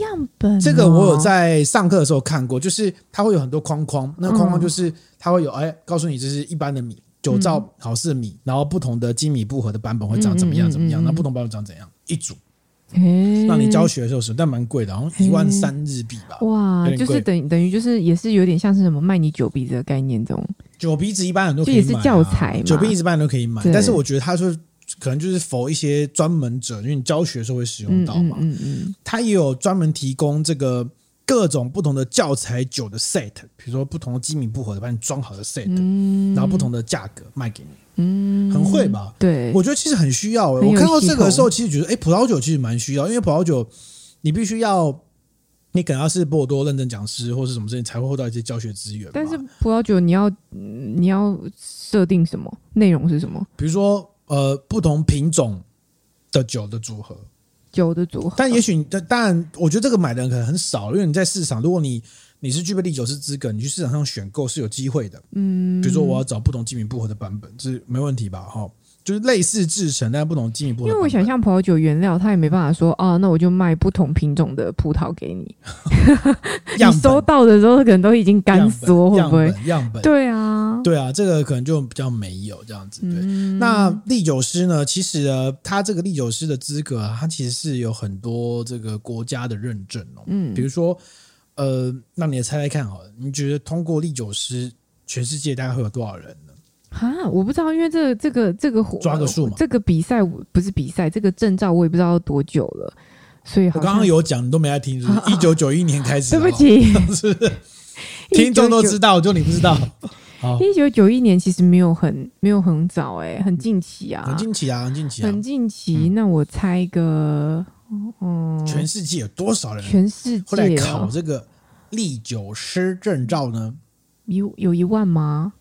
样本哦
这个我有在上课的时候看过，就是它会有很多框框，那框
嗯
框就是它会有哎，告诉你这是一般的米，酒造好事米，然后不同的精米不合的版本会长怎么样怎么
嗯
样，
嗯嗯嗯嗯嗯
那不同版本长怎样一组，
嘿
让你教学的时候使用，但蛮贵的，好像一万三日币吧。
哇
有，点
就
贵
是等等于就是也是有点像是什么卖你酒鼻子的概念这种，
酒鼻子一般人都可
这
以买、啊
也是教材嘛
酒鼻子一般人都可以买，
对
但是我觉得它是可能就是否一些专门者，因为你教学的时候会使用
嗯
到
嗯
嘛。
嗯嗯，
它也有专门提供这个各种不同的教材酒的 set，比如说不同的机米不合的，把你装好的 set，、
嗯
然后不同的价格卖给你，
嗯
很会吧？
对，
我觉得其实很需要、欸。
很有
我看到
系
这个的时
统
候，其实觉得，哎、葡萄酒其实蛮需要，因为葡萄酒你必须要你可能要是波尔多认证讲师或是什么事情才会获到一些教学资源嘛。
但是葡萄酒你要嗯你要设定什么内容是什么
比如说呃不同品种的酒的组合，
酒的组合，
但也许你但当然，我觉得这个买的人可能很少，因为你在市场，如果你你是具备历酒师资格，你去市场上选购是有机会的。嗯，比如说我要找不同精米不合的版本，这没问题吧？哈，就是类似制成，但不同精米不合
因
的版本。
为我想象葡萄酒原料，他也没办法说啊，那我就卖不同品种的葡萄给你。你
样本
收到的时候，可能都已经干缩，会
样
不会？
本样本
对啊，
对啊，这个可能就比较没有这样子。对，
嗯
那历酒师呢？其实呃，他这个历酒师的资格、啊，他其实是有很多这个国家的认证哦。
嗯
比如说，呃，让你猜猜看好了，你觉得通过历酒师，全世界大概会有多少人呢？
啊，我不知道，因为这个这个这个活
抓个数嘛
这个比赛我不是比赛，这个证照我也不知道多久了，所以
我
好
刚
像
刚有讲，你都没来听，是不 是？一九九一年开始，
对不，起，
是不是 听众都知道，就你 不知道，好，
一九九一年其实没有很没有很早哎、很近期啊，
很惊奇啊，很惊奇啊
很！近期。那我猜一个，嗯，
全世界有多少人
全世
后来
界、
考
哦、
这个历酒师证照呢？
有有一万吗？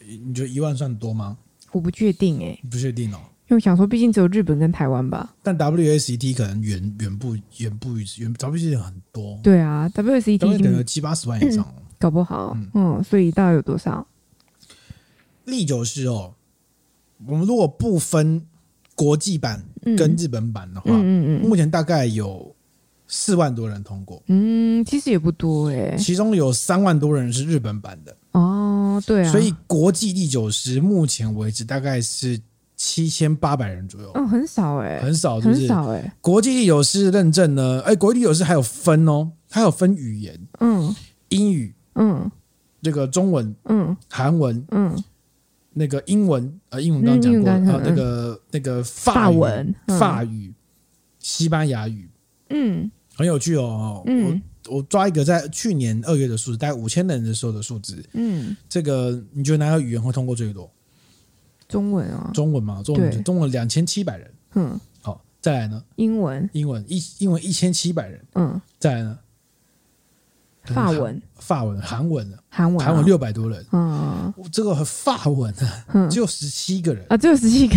你觉得一万算多吗？
我不确定哎、
不确定哦。
因为我想说，毕竟只有日本跟台湾吧。
但 WSET 可能远远不远不于远 WSET 很多，
对啊，WSET 已
WSET 可能有
经
七八十万以上哦。
搞不好，嗯，所以大概有多少？
历酒师哦，我们如果不分国际版
嗯，
跟日本版的话，
嗯嗯
目前大概有四万多人通过，
嗯嗯，其实也不多哎、
其中有三万多人是日本版的，
哦，对啊，
所以国际历酒师目前为止大概是七千八百人左右，
嗯，很少哎、
很少，是不
很
是？
少哎、
国际历酒师认证呢？哎，国际历酒师还有分哦，它有分语言，
嗯
英语、
嗯
这个中文、
嗯
韩文、
嗯，
那个英文，呃，英文刚刚
嗯
讲
英文
过
刚
了，
刚
呃，
讲
那个那个
法
法语
文，嗯
法，语、西班牙语，
嗯
很有趣哦。
嗯
我我抓一个在去年二月的数字，大概五千人的时候的数字，
嗯，
这个你觉得哪个语言会通过最多？
中文啊，
中文嘛，中文
对
中文两千七百人，
嗯，
好、再来呢，
英文，
英文一英文一千七百人，
嗯，
再来呢，
法文，
法文、韩文呢，
韩文啊，
韩文六百多人，
嗯
这个法文呢
哼
只有十七个人，
啊，只有十七个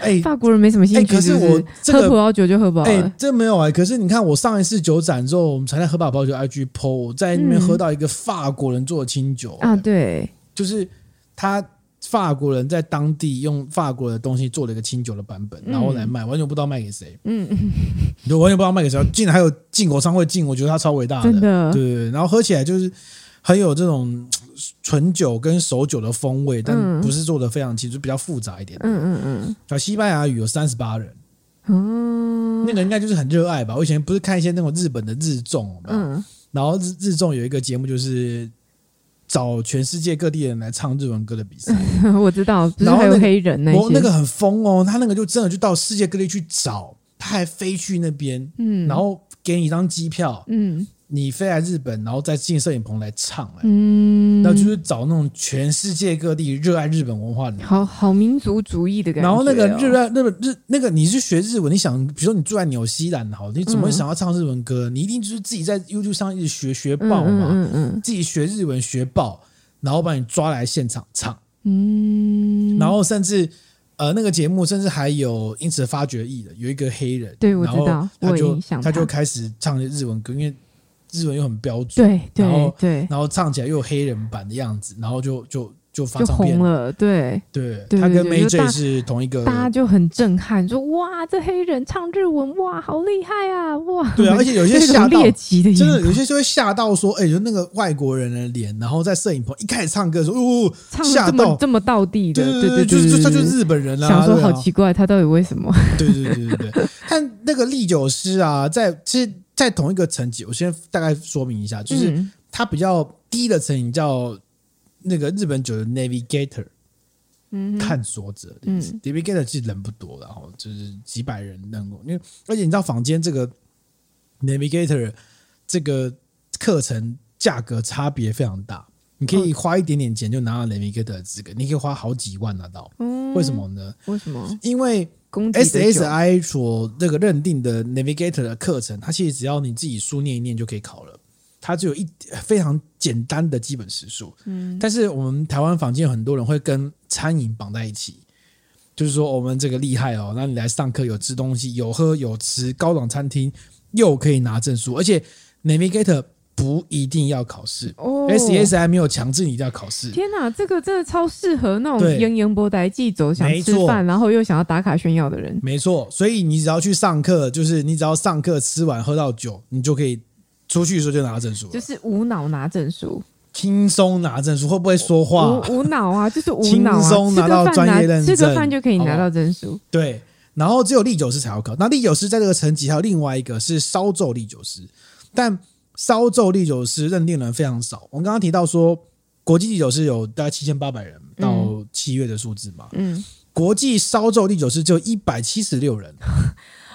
哎、
法国人没什么兴
哎、
趣，
可是
不
我这
喝葡
个。
萄酒就喝饱
哎、
了，
这没有哎、可是你看，我上一次酒展之后，我们才在喝把包酒 IG PO，我在那
嗯
边喝到一个法国人做的清酒、
啊，对，
就是他法国人在当地用法国的东西做了一个清酒的版本，然后来卖，完全不知道卖给谁，
嗯，
就完全不知道卖给谁，竟然还有进口商会进，我觉得他超伟大的，
真的
啊对对对，然后喝起来就是很有这种嘖纯酒跟熟酒的风味，但
嗯
不是做的非常清楚，就比较复杂一点。
嗯嗯嗯
那西班牙语有三十八人，
嗯，
那个应该就是很热爱吧。我以前不是看一些那种日本的日综，有没有
嗯
然后日日综有一个节目就是找全世界各地的人来唱日文歌的比赛，
嗯， 我知道，不是
然后
还有
那个
黑人那
我
些，
那个很疯哦，他那个就真的就到世界各地去找，他还飞去那边，
嗯，
然后给你一张机票，
嗯
你飞来日本，然后再进摄影棚来唱、哎、
嗯，
那就是找那种全世界各地热爱日本文化的人。
好好民族主义的感觉哦，
然后那个日本日本日那个你是学日文，你想比如说你住在纽西兰好，你怎么会
嗯
想要唱日文歌？你一定就是自己在 YouTube 上一直学学
嗯
爆嘛，
嗯嗯
自己学日文学爆，然后把你抓来现场唱。
嗯，嗯
然后甚至呃，那个节目甚至还有因此发掘艺的，有一个黑人，
对我
然
知
后
道我
他
有
就
印象
他就
他
开始唱日文歌，因为日文又很标准，
对
然后
对对，
然后唱起来又有黑人版的样子，然后就就就发
就
唱片呃
红，了，对，
对，
对
他
对
跟
对就
May J
大
是同一个，
大家就很震撼，说哇，这黑人唱日文，哇，好厉害啊，哇，
对啊，而且有些
那
吓
种
到
猎。奇的眼
真的
光，
有些就会吓到说，哎、就那个外国人的脸，然后在摄影棚一开始唱歌的时候，哦，
唱
吓
得这
到
么这么道地的，
对
对对，
就是
对
就他就是
对
日本人啊，
想说
对啊
好奇怪，他到底为什么？
对对对对对。但那个历酒师啊，在其实，在同一个层级，我先大概说明一下，就是
嗯
它比较低的层级叫那个日本酒的 navigator
嗯哼
探索者的意思。
嗯
navigator 其实人不多，然后就是几百人能够，因为而且你知道坊间这个 navigator 这个课程价格差别非常大。你可
嗯
以花一点点钱就拿到 navigator 的资格，你可以花好几万拿到。
嗯
为什么呢？
为什么？
因为
攻击
S
的
S
酒
I 所那个认定的 Navigator 的课程，它其实只要你自己书念一念就可以考了，它只有一非常简单的基本时数。
嗯
但是我们台湾坊间有很多人会跟餐饮绑在一起，就是说我们这个厉害哦，那你来上课有吃东西，有喝有吃，高档餐厅又可以拿证书，而且 Navigator 不一定要考试、
哦
s E S I 没有强制你一定要考试。
天哪，这个真的超适合那种
对
英英博呆记走想
没
吃
错
饭，然后又想要打卡炫耀的人。
没错，所以你只要去上课，就是你只要上课吃完喝到酒，你就可以出去的时候就拿到证书
就
了，
是无脑拿证书，
轻松拿证书。会不会说话？
无无脑啊， 就是无脑啊，
轻松拿到
吃个饭
专业认
拿
证
吃个饭就可以拿
好
到证书。
对，然后只有利酒师才要考。那利酒师在这个层级还有另外一个是烧酒利酒师，但烧酒利酒师认定人非常少。我们刚刚提到说，国际利酒师有大概七千八百人到七月的数字嘛，
嗯，
国际烧酒利酒师只有一百七十六人，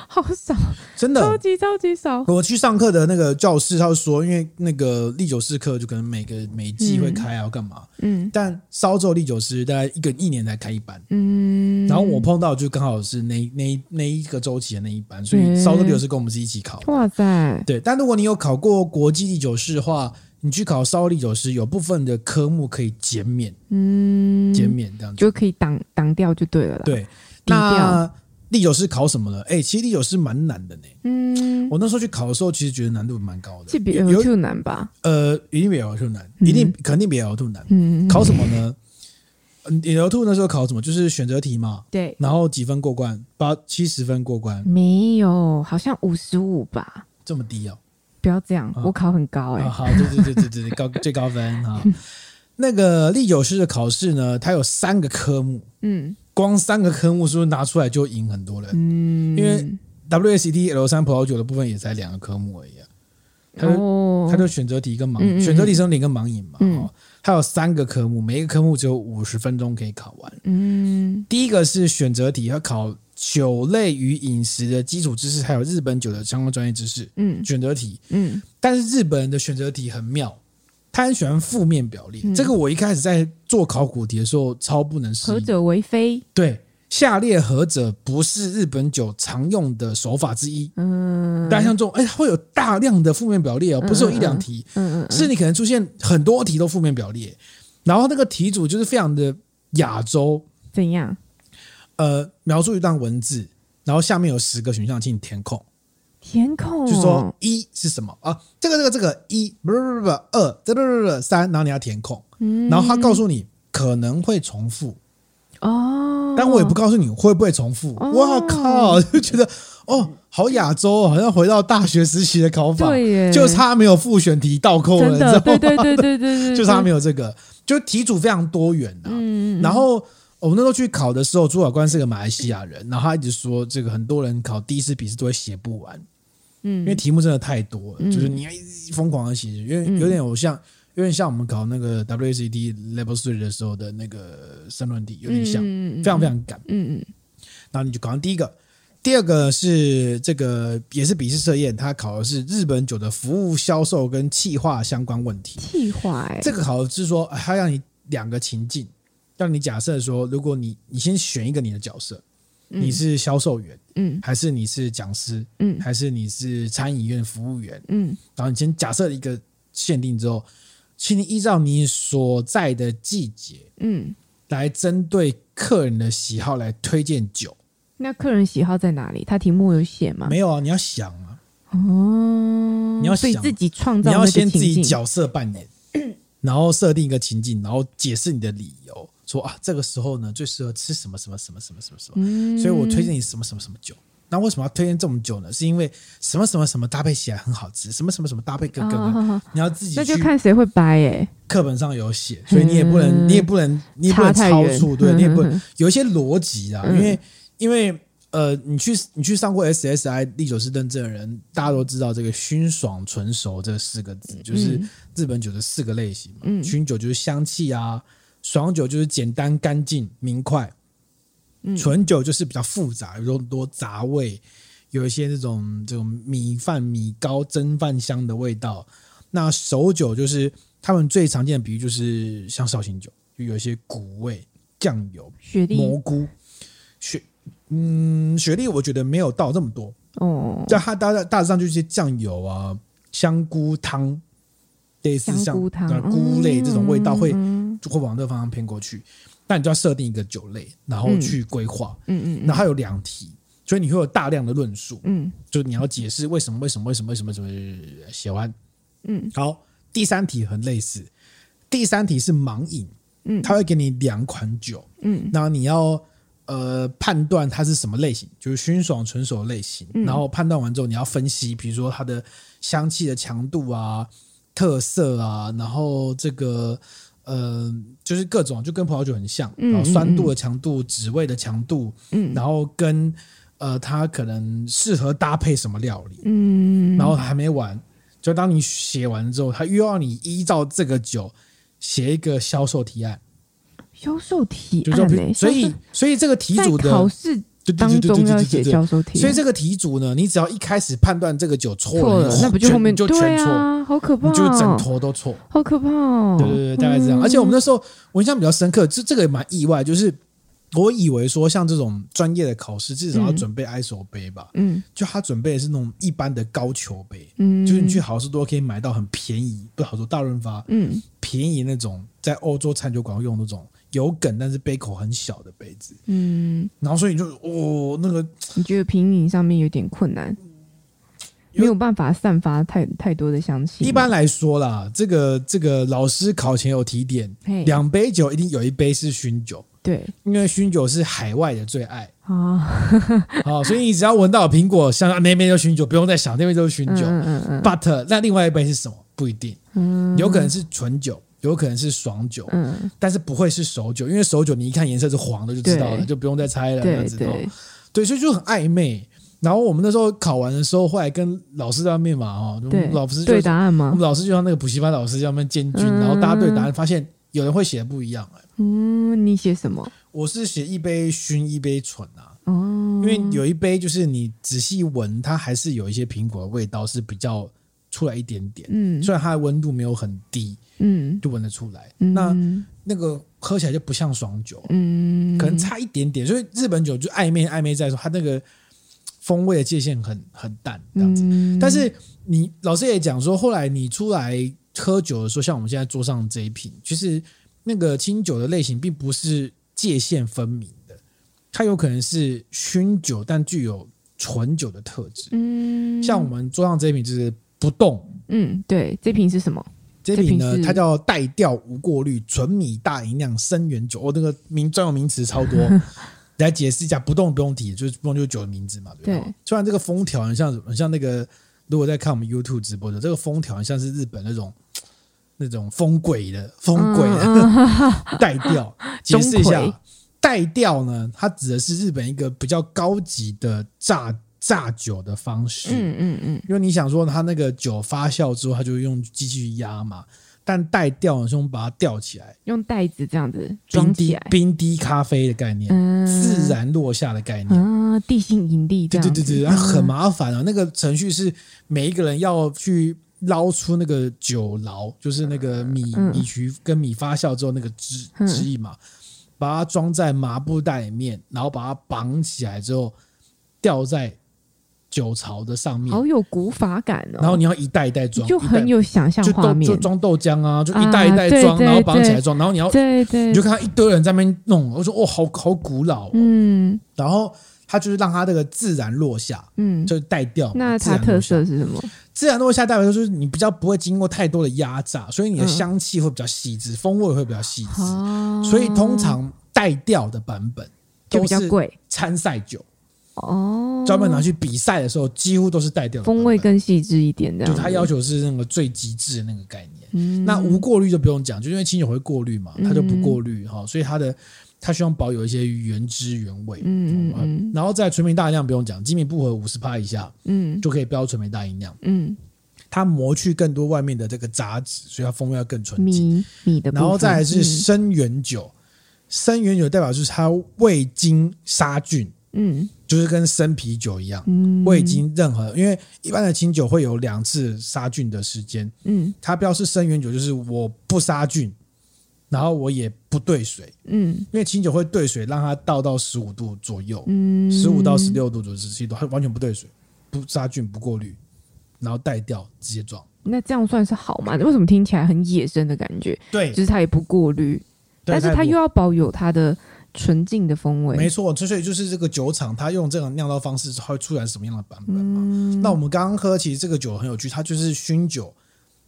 好少，
真
超
的。
级超级少。
我去上课的那个教室，他就说，因为那个利酒师课就可能每个每季会开啊，要干嘛？
嗯
但烧酒利酒师大概一个一年才开一班，
嗯，
然后我碰到就刚好是那那那一个周期的那一班，所以烧酒六是跟我们是一起考的。
嗯哇塞，
对，但如果你有考过国际历九师的话，你去考烧历九师，有部分的科目可以减免，
嗯，
减免这样子。
就可以挡挡掉就对了啦。，
对，
调
那历九师考什么呢？哎、其实历九师蛮难的呢。
嗯，
我那时候去考的时候，其实觉得难度蛮高
这
的，
比
有有
L2 难吧？
呃，一定比 L two 难，一定、肯定比 L two 难。
嗯，
考什么呢嗯？L two 那时候考什么？就是选择题嘛，
对，
然后几分过关，八七十分过
嗯
关，
没有，好像五十五吧。
这么低哦。
不要这样，
啊
我考很高哎、
啊，好，对对对对对，高 最高分啊。
嗯
那个历九师的考试呢，它有三个科目，
嗯
光三个科目是不是拿出来就赢很多人、
嗯，
因为 WSET L 三葡萄酒的部分也才两个科目而已啊，他就、
哦，
它就选择题跟盲
嗯嗯嗯
选择题是零跟盲饮嘛，
嗯
哦，它有三个科目，每一个科目只有五十分钟可以考完。
嗯
第一个是选择题，要考酒类与饮食的基础知识，还有日本酒的相关专业知识。
嗯
选择题，
嗯
但是日本人的选择题很妙，他很喜欢负面表列。
嗯
这个我一开始在做考古题的时候超不能适
何
应。
者为非？
对，下列何者不是日本酒常用的手法之一？
嗯，
大家像这种，哎，会有大量的负面表列哦，不是有一两题，
嗯嗯
是你可能出现很多题都负面表列，然后那个题组就是非常的亚洲，
怎样？
呃，描述一段文字，然后下面有十个选项，请你填空。
填空、哦，
就说一是什么啊？这个这个这个一不不不不二这不不不三，然后你要填空，
嗯，
然后他告诉你可能会重复，
哦，
但我也不告诉你会不会重复。
哦
哇靠， 就觉得哦，好亚洲哦，好像回到大学时期的考法，
对耶，
就差没有复选题倒扣了，
真
你知道
的，对
吗？
对对对对对，
就差没
有，
有这个，就题组非常多元啊。
嗯，
然后我们那时候去考的时候，主考官是个马来西亚人，然后他一直说，这个很多人考第一次笔试都会写不完，
嗯
因为题目真的太多了，
嗯
就是你要一直疯狂的写，因为有点有像。有点像我们考那个 WACD Level Three 的时候的那个申论题，有点像，
嗯
非常非常赶。
嗯嗯
然后你就考上第一个，第二个是这个也是笔试测验，它考的是日本酒的服务销售跟企划相关问题。
气化哎，
这个好是说，呃它让你两个情境，让你假设说，如果你你先选一个你的角色，你是销售员，
嗯
还是你是讲师，
嗯
还是你是餐饮院服务员？
嗯
然后你先假设一个限定之后，请你依照你所在的季节
嗯，
来针对客人的喜好来推荐酒。
那客人喜好在哪里？他题目有写吗？
没有啊，你要想啊，
哦，
你要
所以
想
自己创
你
造那
要
个
先自己
情境，
角色扮 演，然后设定一个情境，然后解释你的理由，说啊，这个时候呢最适合吃什么什么什么什么什么什么，
嗯
所以我推荐你什么什么什么酒。那为什么要推荐这种酒呢？是因为什么什么什么搭配起来很好吃，什么什么什么搭配更更
啊好
好。
好好
你要自己
那就
去
看谁会掰哎，
课本上有写，所以你也不能，
嗯
你也不能，你也不
差
能
太
超
远，
出，对，
嗯
你也不能
嗯
有一些逻辑啊，
嗯
因为因为呃，你去你去上过 SSI 历久师认证的人，大家都知道这个熏爽醇熟这四个字，就是
嗯
日本酒的四个类型嘛。
嗯
熏酒就是香气啊，爽酒就是简单干净明快，
嗯
醇酒就是比较复杂，有很多杂味，有一些那种这种米饭米糕蒸饭香的味道。那熟酒就是他们最常见的比喻就是像绍兴酒，就有一些谷味、酱油、
雪莉
蘑菇、雪嗯，雪莉我觉得没有到这么多，
哦，
但它大大致上就是一些酱油啊、香菇汤，类似像
香菇汤
呃、菇类这种味道会、
嗯
就会往这方向偏过去。那你就要设定一个酒类，然后去规划。
嗯嗯
那、它有两题，所以你会有大量的论述，
嗯
就是你要解释为什么为什么为什么为什么为什么呃写完。
嗯，
好，第三题很类似，第三题是盲饮，
嗯
它会给你两款酒，
嗯，
然后你要呃判断它是什么类型，就是熏爽醇熟的类型，
嗯
然后判断完之后你要分析，比如说它的香气的强度啊、特色啊，然后这个。呃，就是各种就跟葡萄酒很像，
嗯
然后酸度
嗯
的强度、脂味的强度，
嗯
然后跟呃它可能适合搭配什么料理，
嗯，
然后还没完，就当你写完之后，他又要你依照这个酒写一个销售提案，
销售提
就
案
是
呢、
说，所
销
以
售
所以这个题
在
组的
考试
对对对
当
对对
中
对
要
对
写
对对
销售提案，
所以这个题组呢，你只要一开始判断这个酒错
错
了，
了
你，
那不就后面
全就
对
全错，
啊，好可怕、哦，
你就整坨都错。
好可怕哦！
对对对，大概是这样。而且我们那时候我印象比较深刻，这这个也蛮意外，就是我以为说像这种专业的考试，至少要
嗯
准备 ISO 杯吧，
嗯
就他准备的是那种一般的高球杯，
嗯，
就是你去好事多可以买到很便宜，不是好事多大润发，
嗯
便宜那种在欧洲餐酒馆会用那种有梗但是杯口很小的杯子，
嗯，
然后所以你就哦那个
你觉得品饮上面有点困难，
有
没有办法散发太太多的香气吗。
一般来说啦，这个这个老师考前有提点，
嘿
两杯酒一定有一杯是熏酒，
对
因为熏酒是海外的最爱
啊，
啊、所以你只要闻到有苹果香，那边就熏酒，不用再想那边就是熏
嗯
酒。
嗯嗯
But 那另外一杯是什么不一定，
嗯，
有可能是纯酒，有可能是爽酒，
嗯，
但是不会是熟酒，因为熟酒你一看颜色是黄的就知道了，
对
就不用再猜了，这
对
样子哦
对，
对，所以就很暧昧。然后我们那时候考完的时候，后来跟老师在那边嘛，哦，我
对
们老师就
对
是
答案
我
吗
们？老师就像那个补习班老师在那边监军，
嗯
然后大家对答案发现有人会写的不一样、哎
嗯，你写什么？
我是写一杯熏一杯醇啊，
哦，
因为有一杯就是你仔细闻，它还是有一些苹果的味道是比较出来一点点，
嗯
虽然它的温度没有很低，
嗯
就闻得出来。
嗯
那那个喝起来就不像爽酒，
嗯
可能差一点点，所以日本酒就暧昧暧昧在说，它那个风味的界限很很淡这样子。
嗯
但是你老师也讲说，后来你出来喝酒的时候，像我们现在桌上这一瓶，其实那个清酒的类型并不是界限分明的，它有可能是熏酒，但具有纯酒的特质。
嗯
像我们桌上这一瓶就是不动。
嗯对这瓶是什么？
这瓶
这
呢，
瓶是
它叫带调无过滤纯米大吟酿生原酒。哦，那个名专有名词超 多，来解释一下，不动不用提，就是不动就是酒的名字嘛，对吧
对？
虽然这个封条很像很像那个，如果在看我们 YouTube 直播的，这个封条很像是日本那种那种风鬼的风鬼
嗯
的 带 调，解释一
钟
下
馗，
带调呢，它指的是日本一个比较高级的榨榨酒的方式。
嗯嗯嗯
因为你想说它那个酒发酵之后，它就用机器去压嘛，但带吊的时候我们把它吊起来，
用袋子这样子装
冰
起
滴
来，
冰滴咖啡的概念，
嗯
自然落下的概念。
啊，地心引力这
对
样
对
子，
对对，它很麻烦啊。那个程序是每一个人要去捞出那个酒醪，就是那个米、
嗯
米曲跟米发酵之后那个汁
嗯
汁液嘛，把它装在麻布袋里面，然后把它绑起来之后吊在酒槽的上面，
好有古法感哦，
然后你要一袋一袋装，
就
一袋
很有想象
就
画
豆
面
就，装豆浆啊，就
啊
一袋一袋装，
对
然后
对
绑起来装，然后你要
对对，
你就看到一堆人在那边弄，我说哦，好好古老、哦，
嗯
然后它就是让它这个自然落下，
嗯，
就是带掉嘛。
那
自
它
然
特
落下，
色是什么？
自然落下代表就是你比较不会经过太多的压榨，所以你的
嗯
香气会比较细致，风味会比较细致，
哦，
所以通常带掉的版本
就
都
比较
是
贵
参赛酒，
哦，
专门拿去比赛的时候几乎都是带掉的
风
版
味
本
更细致一点这样
就
子，
它要求是那个最极致的那个概念。
嗯
那无过滤就不用讲，就因为清酒会过滤嘛，它就不过滤哈、所以它的它希望保有一些原汁原味。
嗯嗯
哦
嗯
然后在纯米大吟酿不用讲，精米不合五十趴以下
嗯
就可以标纯米大吟酿，
嗯，
它磨去更多外面的这个杂质，所以它风味要更纯净。
米米的部分，
然后再来是
嗯
生原酒，生原酒代表就是它未经杀菌，
嗯
就是跟生啤酒一样，
嗯，
未经任何，因为一般的清酒会有两次杀菌的时间，
嗯
它标示生原酒就是我不杀菌，然后我也不兑水，
嗯
因为清酒会兑水，让它倒到十五度左右，
嗯，
十五到十六度左右，十七度，它完全不兑水，不杀菌，不过滤，然后带掉直接装。
那这样算是好吗？为什么听起来很野生的感觉？
对
就，是它也不过滤，
对
但是它又要保有它的纯净的风味。
没错，所以就是这个酒厂它用这种酿造方式，它会出来什么样的版本嘛？
嗯
那我们刚刚喝，其实这个酒很有趣，它就是熏酒，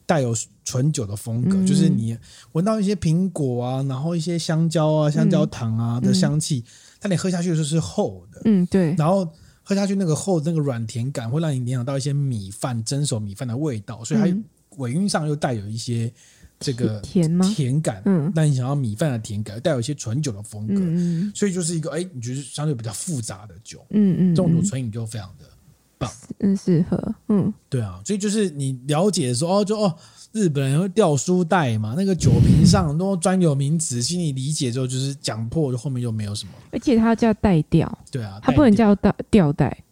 带有纯酒的风格，
嗯
就是你闻到一些苹果啊，然后一些香蕉啊、香
嗯
蕉糖啊的香气，但你喝下去的时候是厚的，
嗯，对，
然后喝下去那个厚那个软甜感会让你联想到一些米饭蒸熟米饭的味道，所以
嗯
它尾韵上又带有一些这个
甜吗？
甜感，
嗯
让你想要米饭的甜感，带有一些纯酒的风格，
嗯嗯
所以就是一个哎，你觉得相对比较复杂的酒，
嗯嗯，
这种酒
嗯
纯饮就非常的。
嗯适合，嗯
对啊，所以就是你了解说哦，就哦，日本人会掉书袋嘛，那个酒瓶上都专有名词，心里理解之后就是讲破，就后面就没有什么。
而且它叫带调，
对啊，
它不能
带
叫带吊带，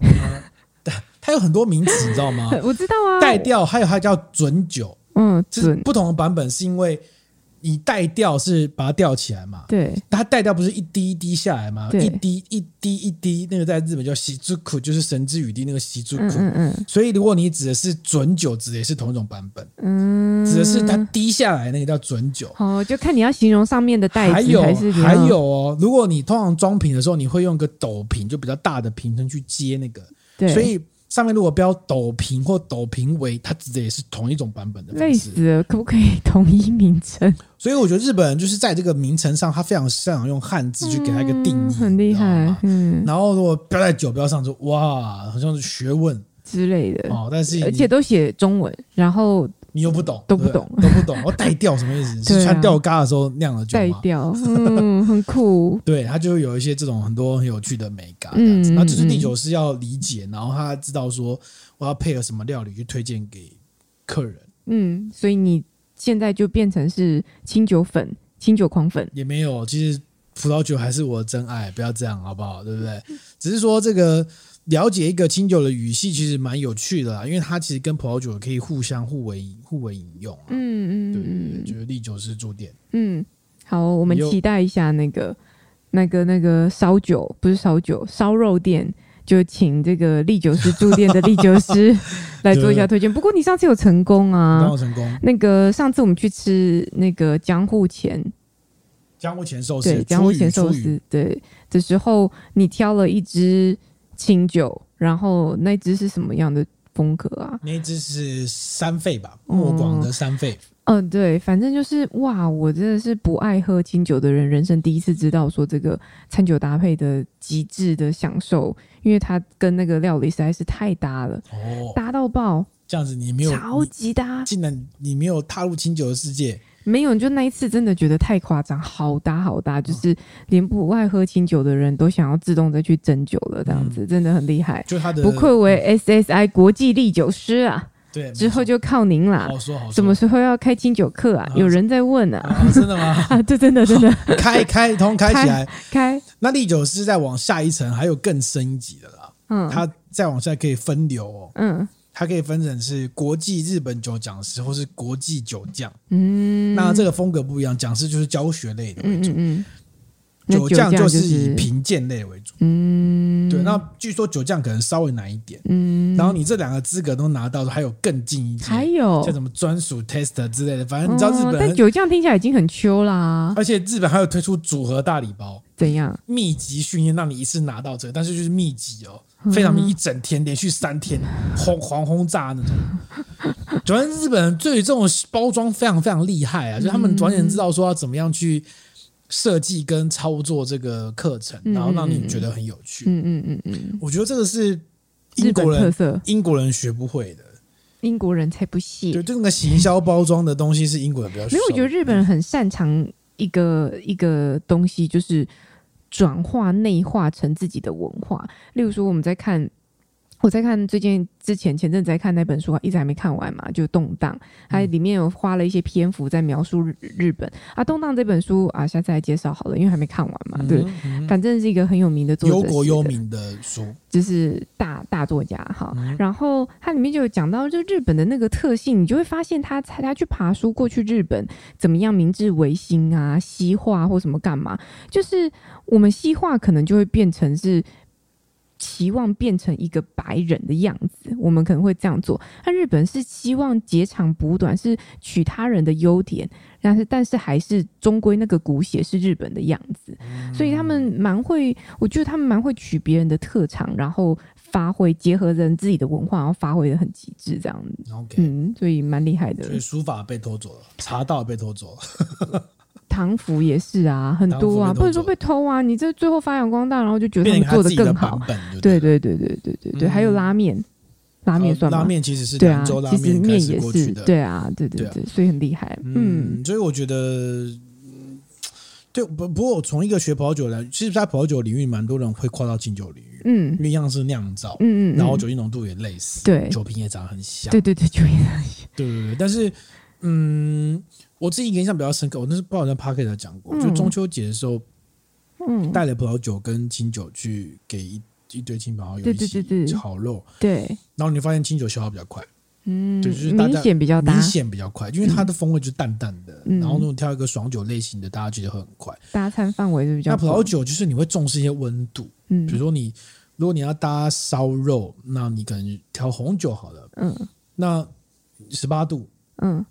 掉，它有很多名词，你知道 吗？
我知道啊，
带调，还有它叫准酒，
嗯
这是
准
不同的版本，是因为你带调是把它吊起来嘛，
对，
它带调不是一滴一滴下来嘛，
对
一滴一滴一滴，那个在日本叫喜之苦，就是神之雨滴那个喜之苦。
嗯嗯嗯
所以如果你指的是准酒，指的也是同一种版本。
嗯，
指的是它滴下来那个叫准酒。
哦，就看你要形容上面的袋
还
子
有
还是怎
还
样
有哦，如果你通常装瓶的时候，你会用个斗瓶，就比较大的瓶身去接那个，
对，
所以上面如果标斗瓶或斗瓶为，它指的也是同一种版本的
累
方式。
死了，可不可以 统一名称？
所以我觉得日本人就是在这个名称上，他非常擅长用汉字去给他一个定
嗯
义，
很厉
你知道
害
吗，
嗯
然后如果标在酒标上就哇，好像是学问
之类的，
哦，但是
而
你
且都写中文，然后
你又不懂，
都不
对对
懂
都不懂。我带调什么意思？
对
是
啊
穿吊嘎的时候酿的酒
带
吗？
调， 嗯，很酷，
对，它就会有一些这种很多很有趣的美感啊这
嗯
样子。
嗯
那只是
嗯
第九是要理解，然后他知道说我要配合什么料理去推荐给客人，
嗯，所以你现在就变成是清酒粉、清酒狂粉，
也没有，其实葡萄酒还是我的真爱，不要这样好不好？对 不对？只是说这个了解一个清酒的语系其实蛮有趣的啦，因为它其实跟葡萄酒可以互相互为互为引用啊。
嗯
对
嗯
对对，
嗯
就是历酒师驻店，
嗯，好，我们
你又
期待一下那个那个那个烧酒，不是烧酒，烧肉店。就请这个历酒师驻店的历酒师来做一下推荐。不过你上次有成功啊，
然后成功，
那个上次我们去吃那个江户前，
江户前寿司，
对，江户前寿
出鱼
司，对的时候，你挑了一支清酒，然后那支是什么样的风格啊？
那一只是三肺吧，莫广的三肺。
嗯、对，反正就是哇，我真的是不爱喝清酒的人，人生第一次知道说这个餐酒搭配的极致的享受，因为它跟那个料理实在是太搭了，
哦，
搭到爆，
这样子你没有，
超
你
级搭。
竟然你没有踏入清酒的世界，
没有，就那一次真的觉得太夸张，好搭好搭，
嗯
就是连不爱喝清酒的人都想要自动再去斟酒了，这样
嗯
子、真的很厉害，
就他的
不愧为 SSI 国际历酒师啊！
对，
之后
没错
就靠您啦，
好说好说，
什么时候要开清酒课啊
啊？
有人在问啊，
啊？真 的吗？
啊，这真的 真的
开开通开起来，
开，
那历酒师再往下一层还有更深一级的啦，
嗯，
它再往下可以分流哦，
嗯
它可以分成是国际日本酒讲师或是国际酒匠，
嗯，
那这个风格不一样，讲师就是教学类的为
嗯
主
嗯，嗯，那
酒匠
就
就是以评鉴类为主。
嗯，
对，那据说酒匠可能稍微难一点，
嗯，
然后你这两个资格都拿到，还有更进一级，
还有
像什么专属 tester 之类的，反正你知道日
哦
本
但
很，呃
酒匠听起来已经很秋啦，
而且日本还有推出组合大礼包，
怎样？
密集训练让你一次拿到这个，但是就是密集哦，
嗯
非常密集，一整天连续三天轰狂轰炸那种。主要是日本人对于这种包装非常非常厉害
嗯
啊，就他们完全知道说要怎么样去设计跟操作这个课程，
嗯
然后让你觉得很有趣。
嗯嗯嗯嗯，
我觉得这个是
日
英
本
国
特
人
色，
英国人学不会的。
英国人才不屑
对，。这个行销包装的东西是英国人比较
没有，我
熟
觉得日本人很擅长一个一个东西，就是转化内化成自己的文化。例如说，我们在看我在看最近之前前阵子在看那本书，一直还没看完嘛，就《动荡》，它里面有花了一些篇幅在描述日日本啊，《动荡》这本书啊，下次来介绍好了，因为还没看完嘛，对，
嗯，
反正是一个很有名的作者
忧
写的，
国忧民的书，
就是大大作家哈。
嗯
然后它里面就有讲到，就日本的那个特性，你就会发现他他去爬书过去日本怎么样明治维新啊、西化或什么干嘛，就是我们西化可能就会变成是。期望变成一个白人的样子，我们可能会这样做。但日本是希望截长补短，是取他人的优点，但是但是还是终归那个骨血是日本的样子，所以他们蛮会，我觉得他们蛮会取别人的特长，然后发挥结合人自己的文化，然后发挥的很极致，这样，
OK，
嗯，所以蛮厉害的
所。以书法被偷走了，茶道被偷走了，
唐服也是啊，很多啊，
唐服被偷走
不能说被偷啊，你这最后发扬光大，然后就觉得他
变
们
成他
做
自
的
己
更
版
好。
本，
对
对了
对对对对对对，
嗯
还有拉面，拉面
呃
算吗？
拉面其实是
对啊
兰州，拉
其实
开
面
始
也
过
是
去的，
对啊，对对
对啊
对，所以很厉害。嗯，
嗯，所以我觉得，嗯对不不过我从一个学葡萄酒来，其实，在葡萄酒领域，蛮多人会跨到敬酒领域，
嗯
因为样式酿造
嗯，嗯，嗯
然后酒精浓度也类似，
对
酒瓶也长得很像，
对对对，就
对对对，但是，嗯，我自己印象比较深刻，我那是不知道在 p a c k e t 讲过，
嗯
就中秋节的时候
嗯，
带了葡萄酒跟清酒去给一一堆亲朋好友
对
一
对对
起
对
烤肉，
对，
然后你发现清酒消耗比较快，
嗯，
对就是大家
明显比较搭
明，显比较快，因为它的风味就是淡淡的，
嗯
然后那种挑一个爽酒类型的，大家觉得会很快。
搭餐范围是比较
那葡萄
广，
酒就是你会重视一些温度，
嗯
比如说你如果你要搭烧肉，那你可能调红酒好了，
嗯
那十八度
嗯，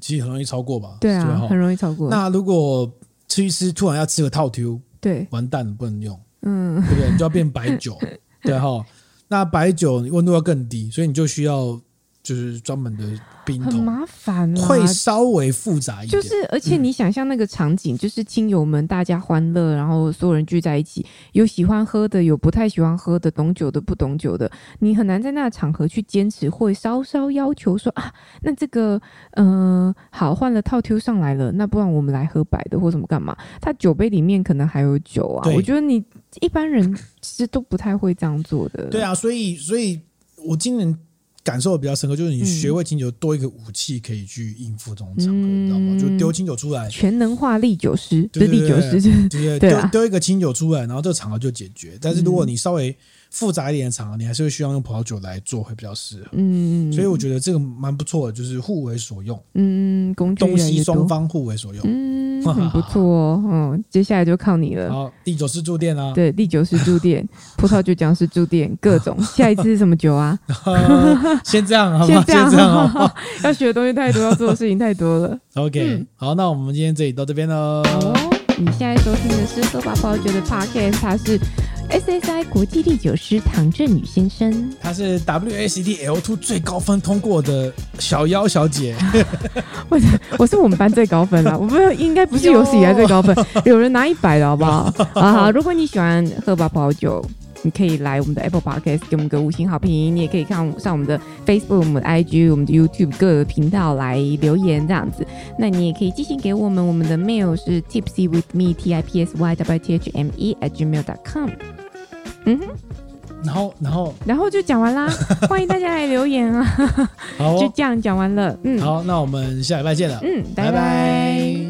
其实很容易超过吧？
对
吧
啊，
哈
很容易超过。
那如果吃一吃，突然要吃个套 Q，
对，
完蛋了，不能用，
嗯
对不对？你就要变白 酒，对哈。那白酒温度要更低，所以你就需要就是专门的冰
很
桶，
麻烦啦。
会稍微复杂一
就
点。
是，而且你想象那个场景，就是亲友们大家欢乐，然后所有人聚在一起，有喜欢喝的，有不太喜欢喝的，懂酒的，不懂酒的，你很难在那个场合去坚持，会稍稍要求说啊，那这个，呃，好，换了套 Q 上来了，那不然我们来喝白的或什么干嘛？他酒杯里面可能还有酒啊，
对
我觉得你一般人其实都不太会这样做的。
对，啊，所以所以我今年感受比较深刻，就是你
嗯
学会清酒多一个武器可以去应付这种场合，
嗯
你知道吗？就丢清酒出来，
全能化历酒师，
对对
不是历酒师，就是
对不对？
对啊嗯
丢丢一个清酒出来，然后这个场合就解决。但是如果你稍微复杂一点的场合，你还是会需要用葡萄酒来做，会比较适合。
嗯，
所以我觉得这个蛮不错的，就是互为所用，
嗯，工具
东
越来
西
越
双
多。
方互为所用。
嗯，很不错哦。嗯，接下来就靠你了。
好，第九次住店啊，
对，第九是驻店，葡萄酒讲师驻店，各种。下一次是什么酒啊？
先这 样好
先
吗？先这样哦好
样，哦 要学的东西太多，要做的事情太多了。
OK，
嗯
好，那我们今天这里到这边喽。
好哦，你现在收听的是《喝吧葡萄酒》的 Podcast，他是 SSI 国际历酒师唐振宇先生。
她是 WACT L two 最高分通过的小妖小姐，
我 我是我们班最高分 了，我们应该不是有史以来最高分， 有人拿一百的好不 好？啊，好如果你喜欢喝吧葡萄酒。你可以来我们的 Apple Podcast 给我们个五星好评，你也可以看上我们的 Facebook、我们的 IG、我们的 YouTube 各个频道来留言这样子。那你也可以寄信给我们，我们的 mail 是 tipsy with me t i p s y w t h m e at gmail dot com。
然后然后
然后就讲完啦，欢迎大家来留言啊！
好
就
哦
这样讲完了，嗯
好，那我们下礼拜见了，
嗯，拜
拜
拜